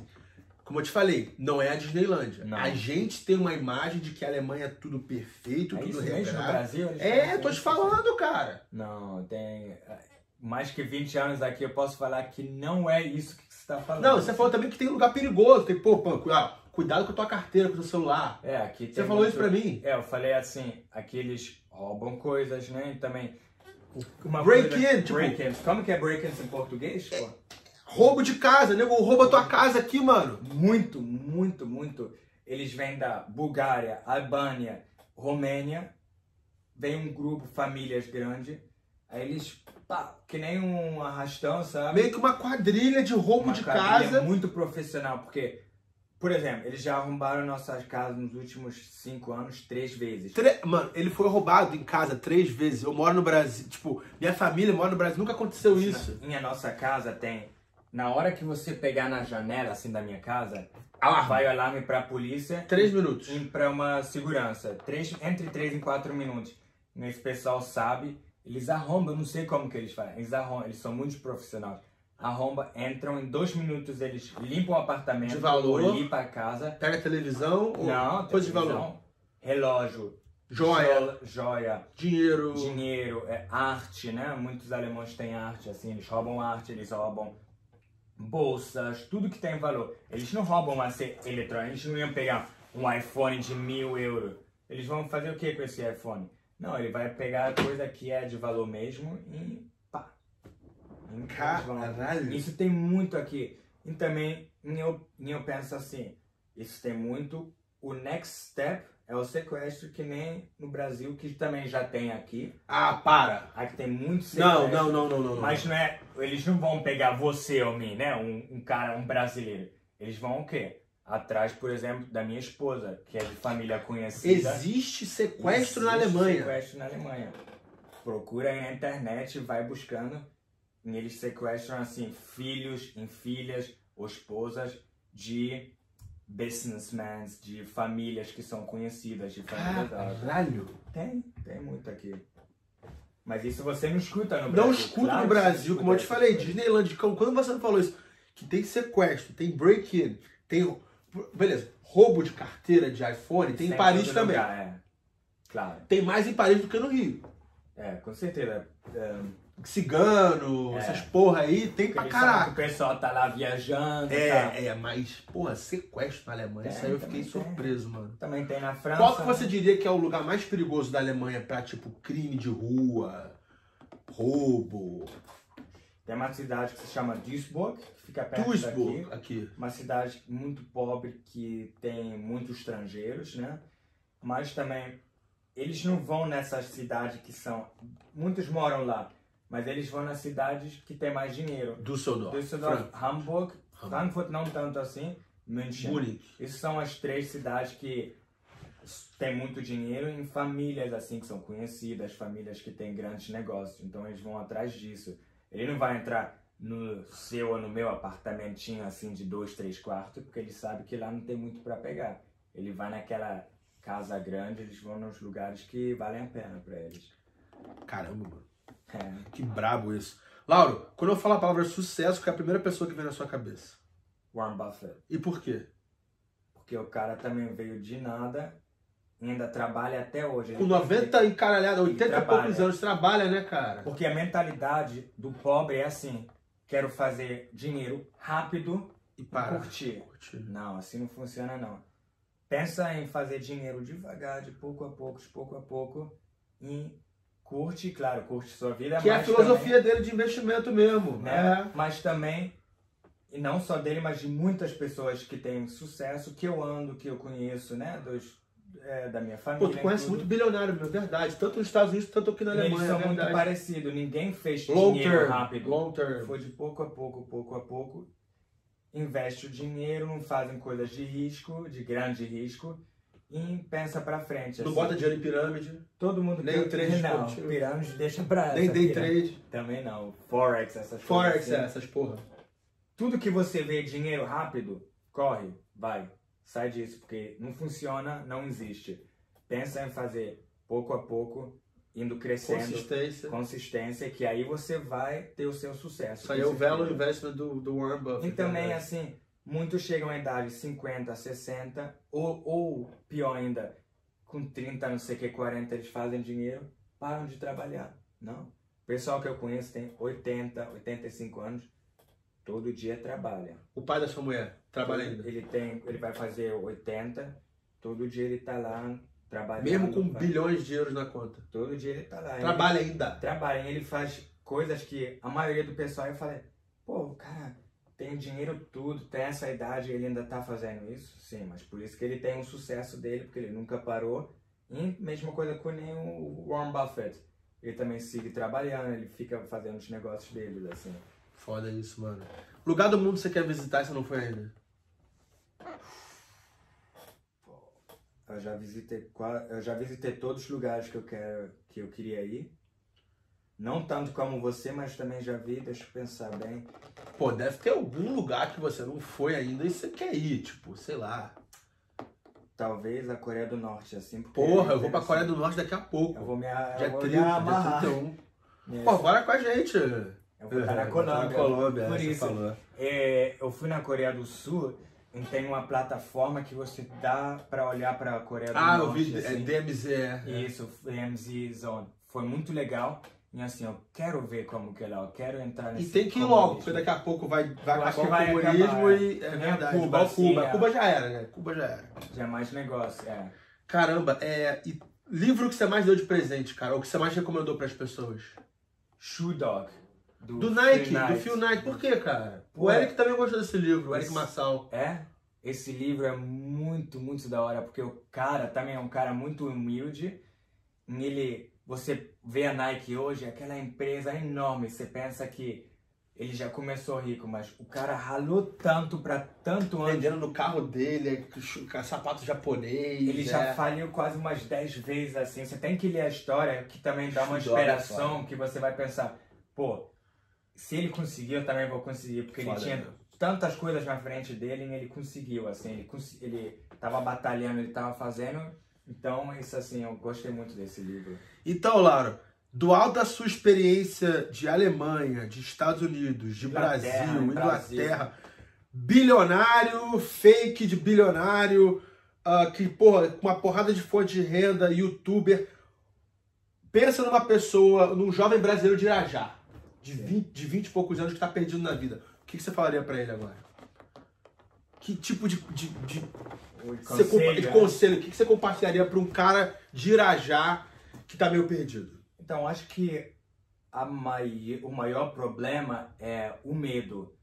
[SPEAKER 3] como eu te falei, não é a Disneylândia.
[SPEAKER 4] Não.
[SPEAKER 3] A gente tem uma imagem de que a Alemanha é tudo perfeito, tudo
[SPEAKER 4] É
[SPEAKER 3] né?
[SPEAKER 4] isso mesmo, no
[SPEAKER 3] regrado.
[SPEAKER 4] Brasil? eles
[SPEAKER 3] É,
[SPEAKER 4] falam
[SPEAKER 3] tô te
[SPEAKER 4] isso.
[SPEAKER 3] falando, cara.
[SPEAKER 4] assim. Não, tem eh, mais que 20 anos aqui, eu posso falar que não é isso que você tá falando.
[SPEAKER 3] Não, você falou também que tem lugar perigoso, tem, pô, pô, cu- ah, cuidado com a tua carteira, com o teu celular.
[SPEAKER 4] É, aqui tem
[SPEAKER 3] Você falou
[SPEAKER 4] muito-
[SPEAKER 3] isso pra mim?
[SPEAKER 4] É, eu falei assim, aqui eles roubam coisas, né? E também. uma
[SPEAKER 3] Break
[SPEAKER 4] coisa-
[SPEAKER 3] in, tipo-
[SPEAKER 4] Break in. Como que é break in em português, pô?
[SPEAKER 3] Roubo de casa, nego, rouba a tua casa aqui, mano.
[SPEAKER 4] Muito, muito, muito. Eles vêm da Bulgária, Albânia, Romênia. Vem um grupo, famílias grande. Aí eles, pá, que nem um arrastão, sabe?
[SPEAKER 3] Meio que uma quadrilha de roubo
[SPEAKER 4] Uma
[SPEAKER 3] de
[SPEAKER 4] quadrilha
[SPEAKER 3] casa.
[SPEAKER 4] muito profissional, porque, por exemplo, eles já arrombaram nossas casas nos últimos cinco anos três vezes.
[SPEAKER 3] Tre- Mano, ele foi roubado em casa três vezes. Eu moro no Brasil, tipo, minha família mora no Brasil, nunca aconteceu isso.
[SPEAKER 4] Na, minha nossa casa tem. Na hora que você pegar na janela assim da minha casa,
[SPEAKER 3] Alarme.
[SPEAKER 4] vai o alarme pra polícia
[SPEAKER 3] Três minutos.
[SPEAKER 4] e pra uma segurança. Três, entre 3 e 4 minutos. Esse pessoal sabe, eles arrombam, eu não sei como que eles fazem. Eles arrombam, eles são muito profissionais. Arromba, entram, em dois minutos eles limpam o apartamento,
[SPEAKER 3] De valor.
[SPEAKER 4] ou limpam a casa.
[SPEAKER 3] Pega a televisão, ou
[SPEAKER 4] Não,
[SPEAKER 3] coisa de
[SPEAKER 4] televisão,
[SPEAKER 3] valor.
[SPEAKER 4] Relógio.
[SPEAKER 3] Joia,
[SPEAKER 4] jo- joia.
[SPEAKER 3] dinheiro.
[SPEAKER 4] dinheiro, é arte, né? Muitos alemães têm arte, assim, eles roubam arte, eles roubam bolsas, tudo que tem valor. Eles não roubam assim eletrônico, eles não iam pegar um iPhone de mil euros. Eles vão fazer o que com esse iPhone? Não, ele vai pegar a coisa que é de valor mesmo e pá. Então, eles vão-
[SPEAKER 3] Caralho.
[SPEAKER 4] Isso tem muito aqui. E também, e eu, e eu penso assim, isso tem muito. O next step é o sequestro, que nem no Brasil, que também já tem aqui.
[SPEAKER 3] Ah, para.
[SPEAKER 4] Aqui tem muito
[SPEAKER 3] Não,
[SPEAKER 4] sequestro.
[SPEAKER 3] não, não, não, não. não.
[SPEAKER 4] Mas não é. Eles não vão pegar você ou mim, né? Um, um cara, um brasileiro. Eles vão o quê? Atrás, por exemplo, da minha esposa, que é de família conhecida.
[SPEAKER 3] Existe sequestro na
[SPEAKER 4] Existe
[SPEAKER 3] Alemanha.
[SPEAKER 4] Sequestro na Alemanha. Procura aí na internet, vai buscando. E eles sequestram, assim, filhos em filhas ou esposas de businessmen, de famílias que são conhecidas, de famílias altas.
[SPEAKER 3] Caralho.
[SPEAKER 4] Tem, tem muito aqui. Mas isso você não escuta no Brasil.
[SPEAKER 3] Não escuto no
[SPEAKER 4] Claro que você
[SPEAKER 3] um Brasil, como eu te
[SPEAKER 4] escuta
[SPEAKER 3] falei,
[SPEAKER 4] isso.
[SPEAKER 3] Disneyland, cão, quando você não falou isso, que tem sequestro, tem break-in, tem. Beleza, roubo de carteira de iPhone, tem em
[SPEAKER 4] Sempre
[SPEAKER 3] Paris
[SPEAKER 4] todo
[SPEAKER 3] também.
[SPEAKER 4] lugar, é. Claro,
[SPEAKER 3] Tem mais em Paris do que no Rio.
[SPEAKER 4] é, com certeza. É,
[SPEAKER 3] Cigano,
[SPEAKER 4] É.
[SPEAKER 3] essas porra aí, tem pra
[SPEAKER 4] eles sabem
[SPEAKER 3] caraca.
[SPEAKER 4] que O pessoal tá lá viajando. tá?
[SPEAKER 3] É, é, mas, porra, sequestro na Alemanha,
[SPEAKER 4] Tem,
[SPEAKER 3] isso aí eu fiquei
[SPEAKER 4] também é. tem.
[SPEAKER 3] surpreso, mano.
[SPEAKER 4] Também tem na França.
[SPEAKER 3] Qual que você diria que é o lugar mais perigoso da Alemanha pra, tipo, crime de rua, roubo?
[SPEAKER 4] Tem uma cidade que se chama Duisburg, que fica perto
[SPEAKER 3] Duisburg,
[SPEAKER 4] daqui.
[SPEAKER 3] aqui.
[SPEAKER 4] Uma cidade muito pobre que tem muitos estrangeiros, né? Mas também eles não vão nessas cidades que são. Muitos moram lá, mas eles vão nas cidades que tem mais dinheiro.
[SPEAKER 3] Düsseldorf.
[SPEAKER 4] Düsseldorf,
[SPEAKER 3] Frank-
[SPEAKER 4] Hamburg,
[SPEAKER 3] Hamburg.
[SPEAKER 4] Frankfurt não tanto assim, München.
[SPEAKER 3] Munique.
[SPEAKER 4] Isso são as três cidades que têm muito dinheiro em famílias assim que são conhecidas, famílias que têm grandes negócios. Então eles vão atrás disso. Ele não vai entrar no seu ou no meu apartamentinho assim de dois, três quartos, porque ele sabe que lá não tem muito para pegar. Ele vai naquela casa grande, eles vão nos lugares que valem a pena para eles.
[SPEAKER 3] Caramba, mano.
[SPEAKER 4] É.
[SPEAKER 3] Que brabo isso. Lauro, quando eu falo a palavra sucesso, que é a primeira pessoa que vem na sua cabeça?
[SPEAKER 4] Warren Buffett.
[SPEAKER 3] E por quê?
[SPEAKER 4] Porque o cara também veio de nada e ainda trabalha até hoje.
[SPEAKER 3] Com
[SPEAKER 4] Ele tem-
[SPEAKER 3] 90 encaralhada, 80 e
[SPEAKER 4] trabalha.
[SPEAKER 3] poucos anos, trabalha, né, cara?
[SPEAKER 4] Porque a mentalidade do pobre é assim: quero fazer dinheiro rápido
[SPEAKER 3] E
[SPEAKER 4] e
[SPEAKER 3] para.
[SPEAKER 4] curtir.
[SPEAKER 3] Curtir.
[SPEAKER 4] Não, assim não funciona não. Pensa em fazer dinheiro devagar, de pouco a pouco, de pouco a pouco e curte, claro, curte sua vida,
[SPEAKER 3] Que é a
[SPEAKER 4] mas
[SPEAKER 3] filosofia dele de investimento mesmo. É.
[SPEAKER 4] também, né? Mas também e não só dele, mas de muitas pessoas que têm sucesso, que eu ando, que eu conheço, né, dos é, da minha
[SPEAKER 3] É.
[SPEAKER 4] família.
[SPEAKER 3] Pô, tu conhece
[SPEAKER 4] tudo.
[SPEAKER 3] muito bilionário, meu, verdade. Tanto nos Estados Unidos, tanto aqui na
[SPEAKER 4] E Eles
[SPEAKER 3] Alemanha, é
[SPEAKER 4] são muito
[SPEAKER 3] verdade.
[SPEAKER 4] parecidos, ninguém fez
[SPEAKER 3] Long
[SPEAKER 4] dinheiro
[SPEAKER 3] term,
[SPEAKER 4] rápido.
[SPEAKER 3] long term.
[SPEAKER 4] Foi de pouco a pouco, pouco a pouco. Investe o dinheiro, não fazem coisas de risco, de grande risco, e pensa pra frente.
[SPEAKER 3] Não
[SPEAKER 4] assim.
[SPEAKER 3] bota dinheiro em pirâmide,
[SPEAKER 4] Todo mundo
[SPEAKER 3] nem o trade
[SPEAKER 4] Não,
[SPEAKER 3] esportivo.
[SPEAKER 4] pirâmide deixa pra
[SPEAKER 3] nem
[SPEAKER 4] essa
[SPEAKER 3] day
[SPEAKER 4] pirâmide.
[SPEAKER 3] trade,
[SPEAKER 4] Também não. Forex, essas coisas.
[SPEAKER 3] forex,
[SPEAKER 4] assim.
[SPEAKER 3] é, essas porra.
[SPEAKER 4] Tudo que você vê dinheiro rápido, corre, vai, sai disso, porque não funciona, não existe. Pensa em fazer pouco a pouco e indo crescendo.
[SPEAKER 3] Consistência.
[SPEAKER 4] Consistência, que aí você vai ter o seu sucesso.
[SPEAKER 3] Isso aí é o velho investment do, do Warren Buffett.
[SPEAKER 4] E também,
[SPEAKER 3] né?
[SPEAKER 4] assim, muitos chegam à idade 50, 60, ou, ou pior ainda, com 30, não sei o que, 40, eles fazem dinheiro, param de trabalhar. Não. O pessoal que eu conheço tem 80, 85 anos, todo dia trabalha.
[SPEAKER 3] O pai da sua mulher trabalha
[SPEAKER 4] Todo-
[SPEAKER 3] ainda.
[SPEAKER 4] é- Ele, tem, ele vai fazer 80, todo dia ele tá lá trabalhando.
[SPEAKER 3] Mesmo com
[SPEAKER 4] faz-
[SPEAKER 3] bilhões de euros na conta.
[SPEAKER 4] Todo dia ele tá lá. Ele-
[SPEAKER 3] Trabalha ainda.
[SPEAKER 4] trabalha, ele faz coisas que a maioria do pessoal eu falei, pô, o cara tem dinheiro tudo, tem essa idade, ele ainda tá fazendo isso? Sim, mas por isso que ele tem o sucesso dele, porque ele nunca parou. E mesma coisa com nem o Warren Buffett. Ele também segue trabalhando, ele fica fazendo os negócios dele, assim.
[SPEAKER 3] Foda isso, mano. Lugar do mundo que você quer visitar se não foi ainda?
[SPEAKER 4] Eu já visitei qua- eu já visitei todos os lugares que eu quero que eu queria ir. Não tanto como você, mas também já vi, deixa eu pensar bem.
[SPEAKER 3] Pô, deve ter algum lugar que você não foi ainda e você quer ir, tipo, sei lá.
[SPEAKER 4] Talvez a Coreia do Norte, assim, porque
[SPEAKER 3] Porra,
[SPEAKER 4] é
[SPEAKER 3] eu vou pra
[SPEAKER 4] interessante.
[SPEAKER 3] Coreia do Norte daqui a pouco.
[SPEAKER 4] Eu vou me, a-
[SPEAKER 3] dia
[SPEAKER 4] eu vou
[SPEAKER 3] 30,
[SPEAKER 4] me amarrar.
[SPEAKER 3] dia 31.
[SPEAKER 4] Yes.
[SPEAKER 3] Pô, bora com a gente.
[SPEAKER 4] Eu vou estar
[SPEAKER 3] então.
[SPEAKER 4] na
[SPEAKER 3] É, vou estar
[SPEAKER 4] Colômbia. né?
[SPEAKER 3] Na Colômbia,
[SPEAKER 4] Por
[SPEAKER 3] você
[SPEAKER 4] isso,
[SPEAKER 3] falou.
[SPEAKER 4] é, eu fui na Coreia do Sul e tem uma plataforma que você dá pra olhar pra Coreia do
[SPEAKER 3] Ah, eu
[SPEAKER 4] Norte.
[SPEAKER 3] vi, é
[SPEAKER 4] assim.
[SPEAKER 3] DMZ. é.
[SPEAKER 4] Isso, MZ Zone. Foi muito legal. E assim, eu quero ver como que é lá. Eu quero entrar
[SPEAKER 3] E
[SPEAKER 4] nesse
[SPEAKER 3] tem que ir
[SPEAKER 4] comunismo.
[SPEAKER 3] logo, porque daqui a pouco vai, vai
[SPEAKER 4] né? Eu
[SPEAKER 3] acabar
[SPEAKER 4] acho
[SPEAKER 3] o
[SPEAKER 4] que vai
[SPEAKER 3] comunismo
[SPEAKER 4] acabar, é.
[SPEAKER 3] e. É
[SPEAKER 4] Que nem
[SPEAKER 3] verdade,
[SPEAKER 4] Cuba,
[SPEAKER 3] igual
[SPEAKER 4] assim,
[SPEAKER 3] Cuba.
[SPEAKER 4] é.
[SPEAKER 3] Cuba já era, né? Cuba já era.
[SPEAKER 4] Já é mais negócio, é.
[SPEAKER 3] Caramba, é. E livro que você mais deu de presente, cara? Ou que você mais recomendou pras pessoas?
[SPEAKER 4] Shoe Dog.
[SPEAKER 3] Do
[SPEAKER 4] Phil
[SPEAKER 3] Nike, do Phil Nike. Por quê, cara? O
[SPEAKER 4] Pô,
[SPEAKER 3] Eric também gostou desse livro, o Eric
[SPEAKER 4] esse-
[SPEAKER 3] Massal.
[SPEAKER 4] É? Esse livro é muito, muito da hora, porque o cara também é um cara muito humilde. Ele, você vê a Nike hoje, aquela empresa enorme, você pensa que ele já começou rico, mas o cara ralou tanto pra tanto antes.
[SPEAKER 3] Vendendo no carro dele, é, chu- ca- sapato japonês.
[SPEAKER 4] Ele já
[SPEAKER 3] é.
[SPEAKER 4] faliu quase umas 10 vezes assim. Você tem que ler a história, que também dá uma
[SPEAKER 3] Isso dói,
[SPEAKER 4] inspiração, que você vai pensar, pô, se ele conseguiu, eu também vou conseguir, porque
[SPEAKER 3] Foda,
[SPEAKER 4] ele tinha
[SPEAKER 3] né?
[SPEAKER 4] tantas coisas na frente dele e ele conseguiu, assim, ele, cons- ele tava batalhando, ele tava fazendo. Então, isso assim, eu gostei muito desse livro.
[SPEAKER 3] Então, Lauro, do alto da sua experiência de Alemanha, de Estados Unidos, de
[SPEAKER 4] Inglaterra,
[SPEAKER 3] Brasil,
[SPEAKER 4] Brasil.
[SPEAKER 3] Inglaterra, bilionário, fake de bilionário, ah, que, porra, com uma porrada de fonte de renda, youtuber. Pensa numa pessoa, num jovem brasileiro de Irajá, de 20, de 20 e poucos anos que tá perdido na vida. O que, que você falaria pra ele agora? Que tipo de, de- de
[SPEAKER 4] O
[SPEAKER 3] você compa-
[SPEAKER 4] conselho,
[SPEAKER 3] de
[SPEAKER 4] né?
[SPEAKER 3] conselho, o que que você compartilharia para um cara de Irajá que tá meio perdido?
[SPEAKER 4] Então, acho que a mai... o maior problema é o medo.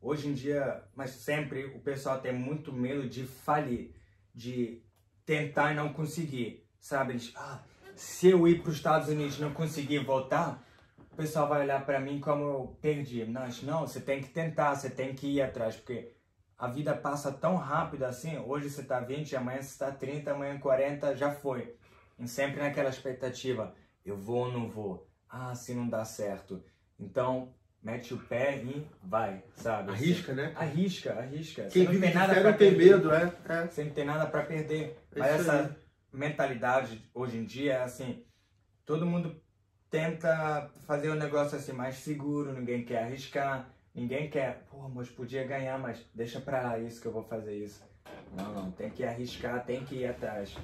[SPEAKER 4] Hoje em dia, mas sempre, o pessoal tem muito medo de falir, de tentar e não conseguir. Sabe, eles, ah, se eu ir para os Estados Unidos e não conseguir voltar, o pessoal vai olhar para mim como eu perdi. Mas não, você tem que tentar, você tem que ir atrás, porque a vida passa tão rápido assim. Hoje você tá 20, amanhã você tá 30, amanhã 40, já foi. E sempre naquela expectativa eu vou ou não vou? Ah, se não dá certo. Então, mete o pé e vai, sabe?
[SPEAKER 3] Arrisca, né?
[SPEAKER 4] Arrisca, arrisca. Você
[SPEAKER 3] Quem
[SPEAKER 4] não
[SPEAKER 3] vive
[SPEAKER 4] tem
[SPEAKER 3] de
[SPEAKER 4] nada
[SPEAKER 3] fé
[SPEAKER 4] pra
[SPEAKER 3] não tem
[SPEAKER 4] perder.
[SPEAKER 3] medo, é. é.
[SPEAKER 4] Você não tem nada pra perder.
[SPEAKER 3] É
[SPEAKER 4] Mas
[SPEAKER 3] isso
[SPEAKER 4] essa
[SPEAKER 3] aí.
[SPEAKER 4] mentalidade hoje em dia é assim: todo mundo tenta fazer um negócio assim mais seguro, ninguém quer arriscar, ninguém quer, pô, mas podia ganhar, mas deixa pra lá isso que eu vou fazer isso. Não, não, tem que arriscar, tem que ir atrás.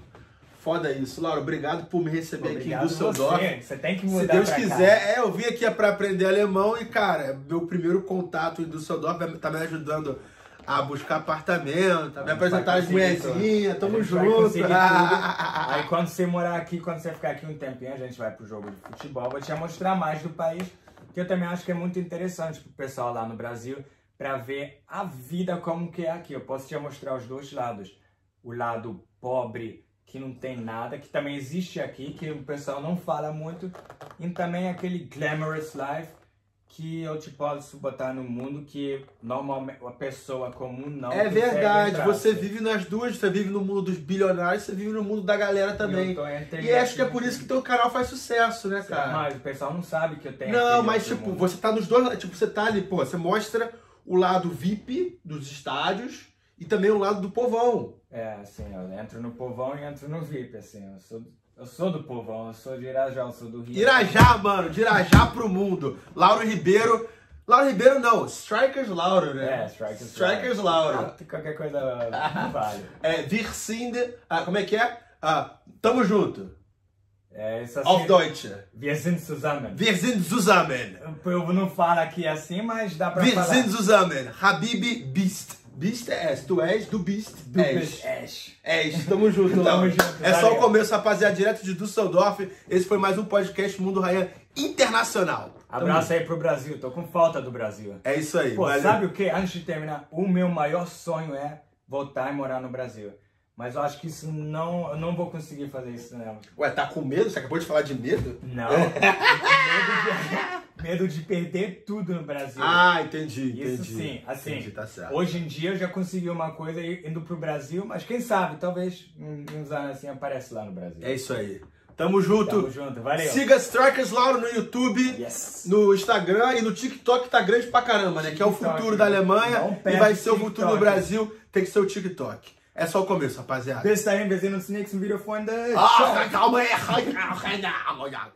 [SPEAKER 3] Foda isso. Laura, obrigado por me receber aqui em
[SPEAKER 4] Obrigado
[SPEAKER 3] Düsseldorf.
[SPEAKER 4] você. Você tem que mudar
[SPEAKER 3] Se Deus
[SPEAKER 4] pra cá.
[SPEAKER 3] quiser, é, eu vim aqui para aprender alemão e, cara, meu primeiro contato em Düsseldorf vai- tá me ajudando a buscar apartamento, a me
[SPEAKER 4] A gente
[SPEAKER 3] apresentar
[SPEAKER 4] Tá vai
[SPEAKER 3] as
[SPEAKER 4] conseguir
[SPEAKER 3] mulherzinhas,
[SPEAKER 4] tudo. A
[SPEAKER 3] tamo
[SPEAKER 4] gente vai
[SPEAKER 3] junto.
[SPEAKER 4] conseguir
[SPEAKER 3] Ah,
[SPEAKER 4] tudo. Aí quando você morar aqui, quando você ficar aqui um tempinho, a gente vai pro jogo de futebol. Vou te mostrar mais do país, que eu também acho que é muito interessante pro pessoal lá no Brasil, pra ver a vida como que é aqui. Eu posso te mostrar os dois lados. O lado pobre, que não tem nada, que também existe aqui, que o pessoal não fala muito. E também aquele glamorous life, que eu te posso botar no mundo que normalmente a pessoa comum não
[SPEAKER 3] É
[SPEAKER 4] consegue
[SPEAKER 3] verdade,
[SPEAKER 4] entrar,
[SPEAKER 3] você
[SPEAKER 4] assim.
[SPEAKER 3] vive nas duas, você vive no mundo dos bilionários, você vive no mundo da galera também.
[SPEAKER 4] Eu tô entre-
[SPEAKER 3] E acho que é por isso que teu canal faz sucesso, né,
[SPEAKER 4] é
[SPEAKER 3] cara?
[SPEAKER 4] Mas o pessoal não sabe que eu tenho.
[SPEAKER 3] Não,
[SPEAKER 4] aquele
[SPEAKER 3] mas
[SPEAKER 4] outro
[SPEAKER 3] tipo,
[SPEAKER 4] mundo.
[SPEAKER 3] você tá nos dois. Tipo, você tá ali, pô, você mostra o lado VIP dos estádios e também o lado do povão.
[SPEAKER 4] É, assim, eu entro no povão e entro no VIP, assim. Eu sou, eu sou do povão, eu sou de Irajá, eu sou do Rio.
[SPEAKER 3] Irajá, mano, de Irajá pro mundo. Lauro Ribeiro. Lauro Ribeiro não, Strikers Lauro, né?
[SPEAKER 4] É, Strikers,
[SPEAKER 3] Strikers
[SPEAKER 4] Lauro.
[SPEAKER 3] Lauro.
[SPEAKER 4] Ah, Qualquer coisa vale.
[SPEAKER 3] É, Virsinde. Ah, como é que é? Ah, tamo junto.
[SPEAKER 4] É, isso assim.
[SPEAKER 3] Auf Deutsche.
[SPEAKER 4] Wir sind zusammen.
[SPEAKER 3] Wir sind zusammen.
[SPEAKER 4] O povo não fala aqui assim, mas dá pra
[SPEAKER 3] Wir
[SPEAKER 4] falar.
[SPEAKER 3] sind zusammen. Habibi Beast. Beast é S. Tu és do Beast.
[SPEAKER 4] Do
[SPEAKER 3] és.
[SPEAKER 4] Ash.
[SPEAKER 3] És. É Tamo junto, Lauro.
[SPEAKER 4] junto,
[SPEAKER 3] É só o
[SPEAKER 4] valeu.
[SPEAKER 3] começo, rapaziada. Direto de Düsseldorf. Esse foi mais um podcast Mundo Ryan Internacional. Tamo
[SPEAKER 4] Abraço aí pro Brasil, tô com falta do Brasil.
[SPEAKER 3] junto. É isso aí.
[SPEAKER 4] Pô,
[SPEAKER 3] valeu.
[SPEAKER 4] sabe o que? Antes de terminar, o meu maior sonho é voltar e morar no Brasil. Mas eu acho que isso não. Eu não vou conseguir fazer isso, né?
[SPEAKER 3] Ué, tá com medo? Você acabou de falar de medo?
[SPEAKER 4] Não. medo, de, medo de perder tudo no Brasil.
[SPEAKER 3] Ah, entendi, entendi.
[SPEAKER 4] Isso sim, assim.
[SPEAKER 3] Entendi, tá certo.
[SPEAKER 4] Hoje em dia eu já consegui uma coisa aí indo pro Brasil, mas quem sabe, talvez em em uns anos assim aparece lá no Brasil.
[SPEAKER 3] É isso aí. Tamo junto.
[SPEAKER 4] Tamo junto, valeu.
[SPEAKER 3] Siga as Strikers Lauro no YouTube,
[SPEAKER 4] Yes.
[SPEAKER 3] no Instagram e no TikTok tá grande pra caramba, né? Que é o
[SPEAKER 4] TikTok.
[SPEAKER 3] futuro da
[SPEAKER 4] Não
[SPEAKER 3] Alemanha e
[SPEAKER 4] perde
[SPEAKER 3] vai ser o
[SPEAKER 4] TikTok.
[SPEAKER 3] futuro do Brasil, tem que ser o TikTok. É só o começo, rapaziada.
[SPEAKER 4] Bis dahin, wir sehen uns nächsten Video, Freunde.
[SPEAKER 3] Ah, calma aí.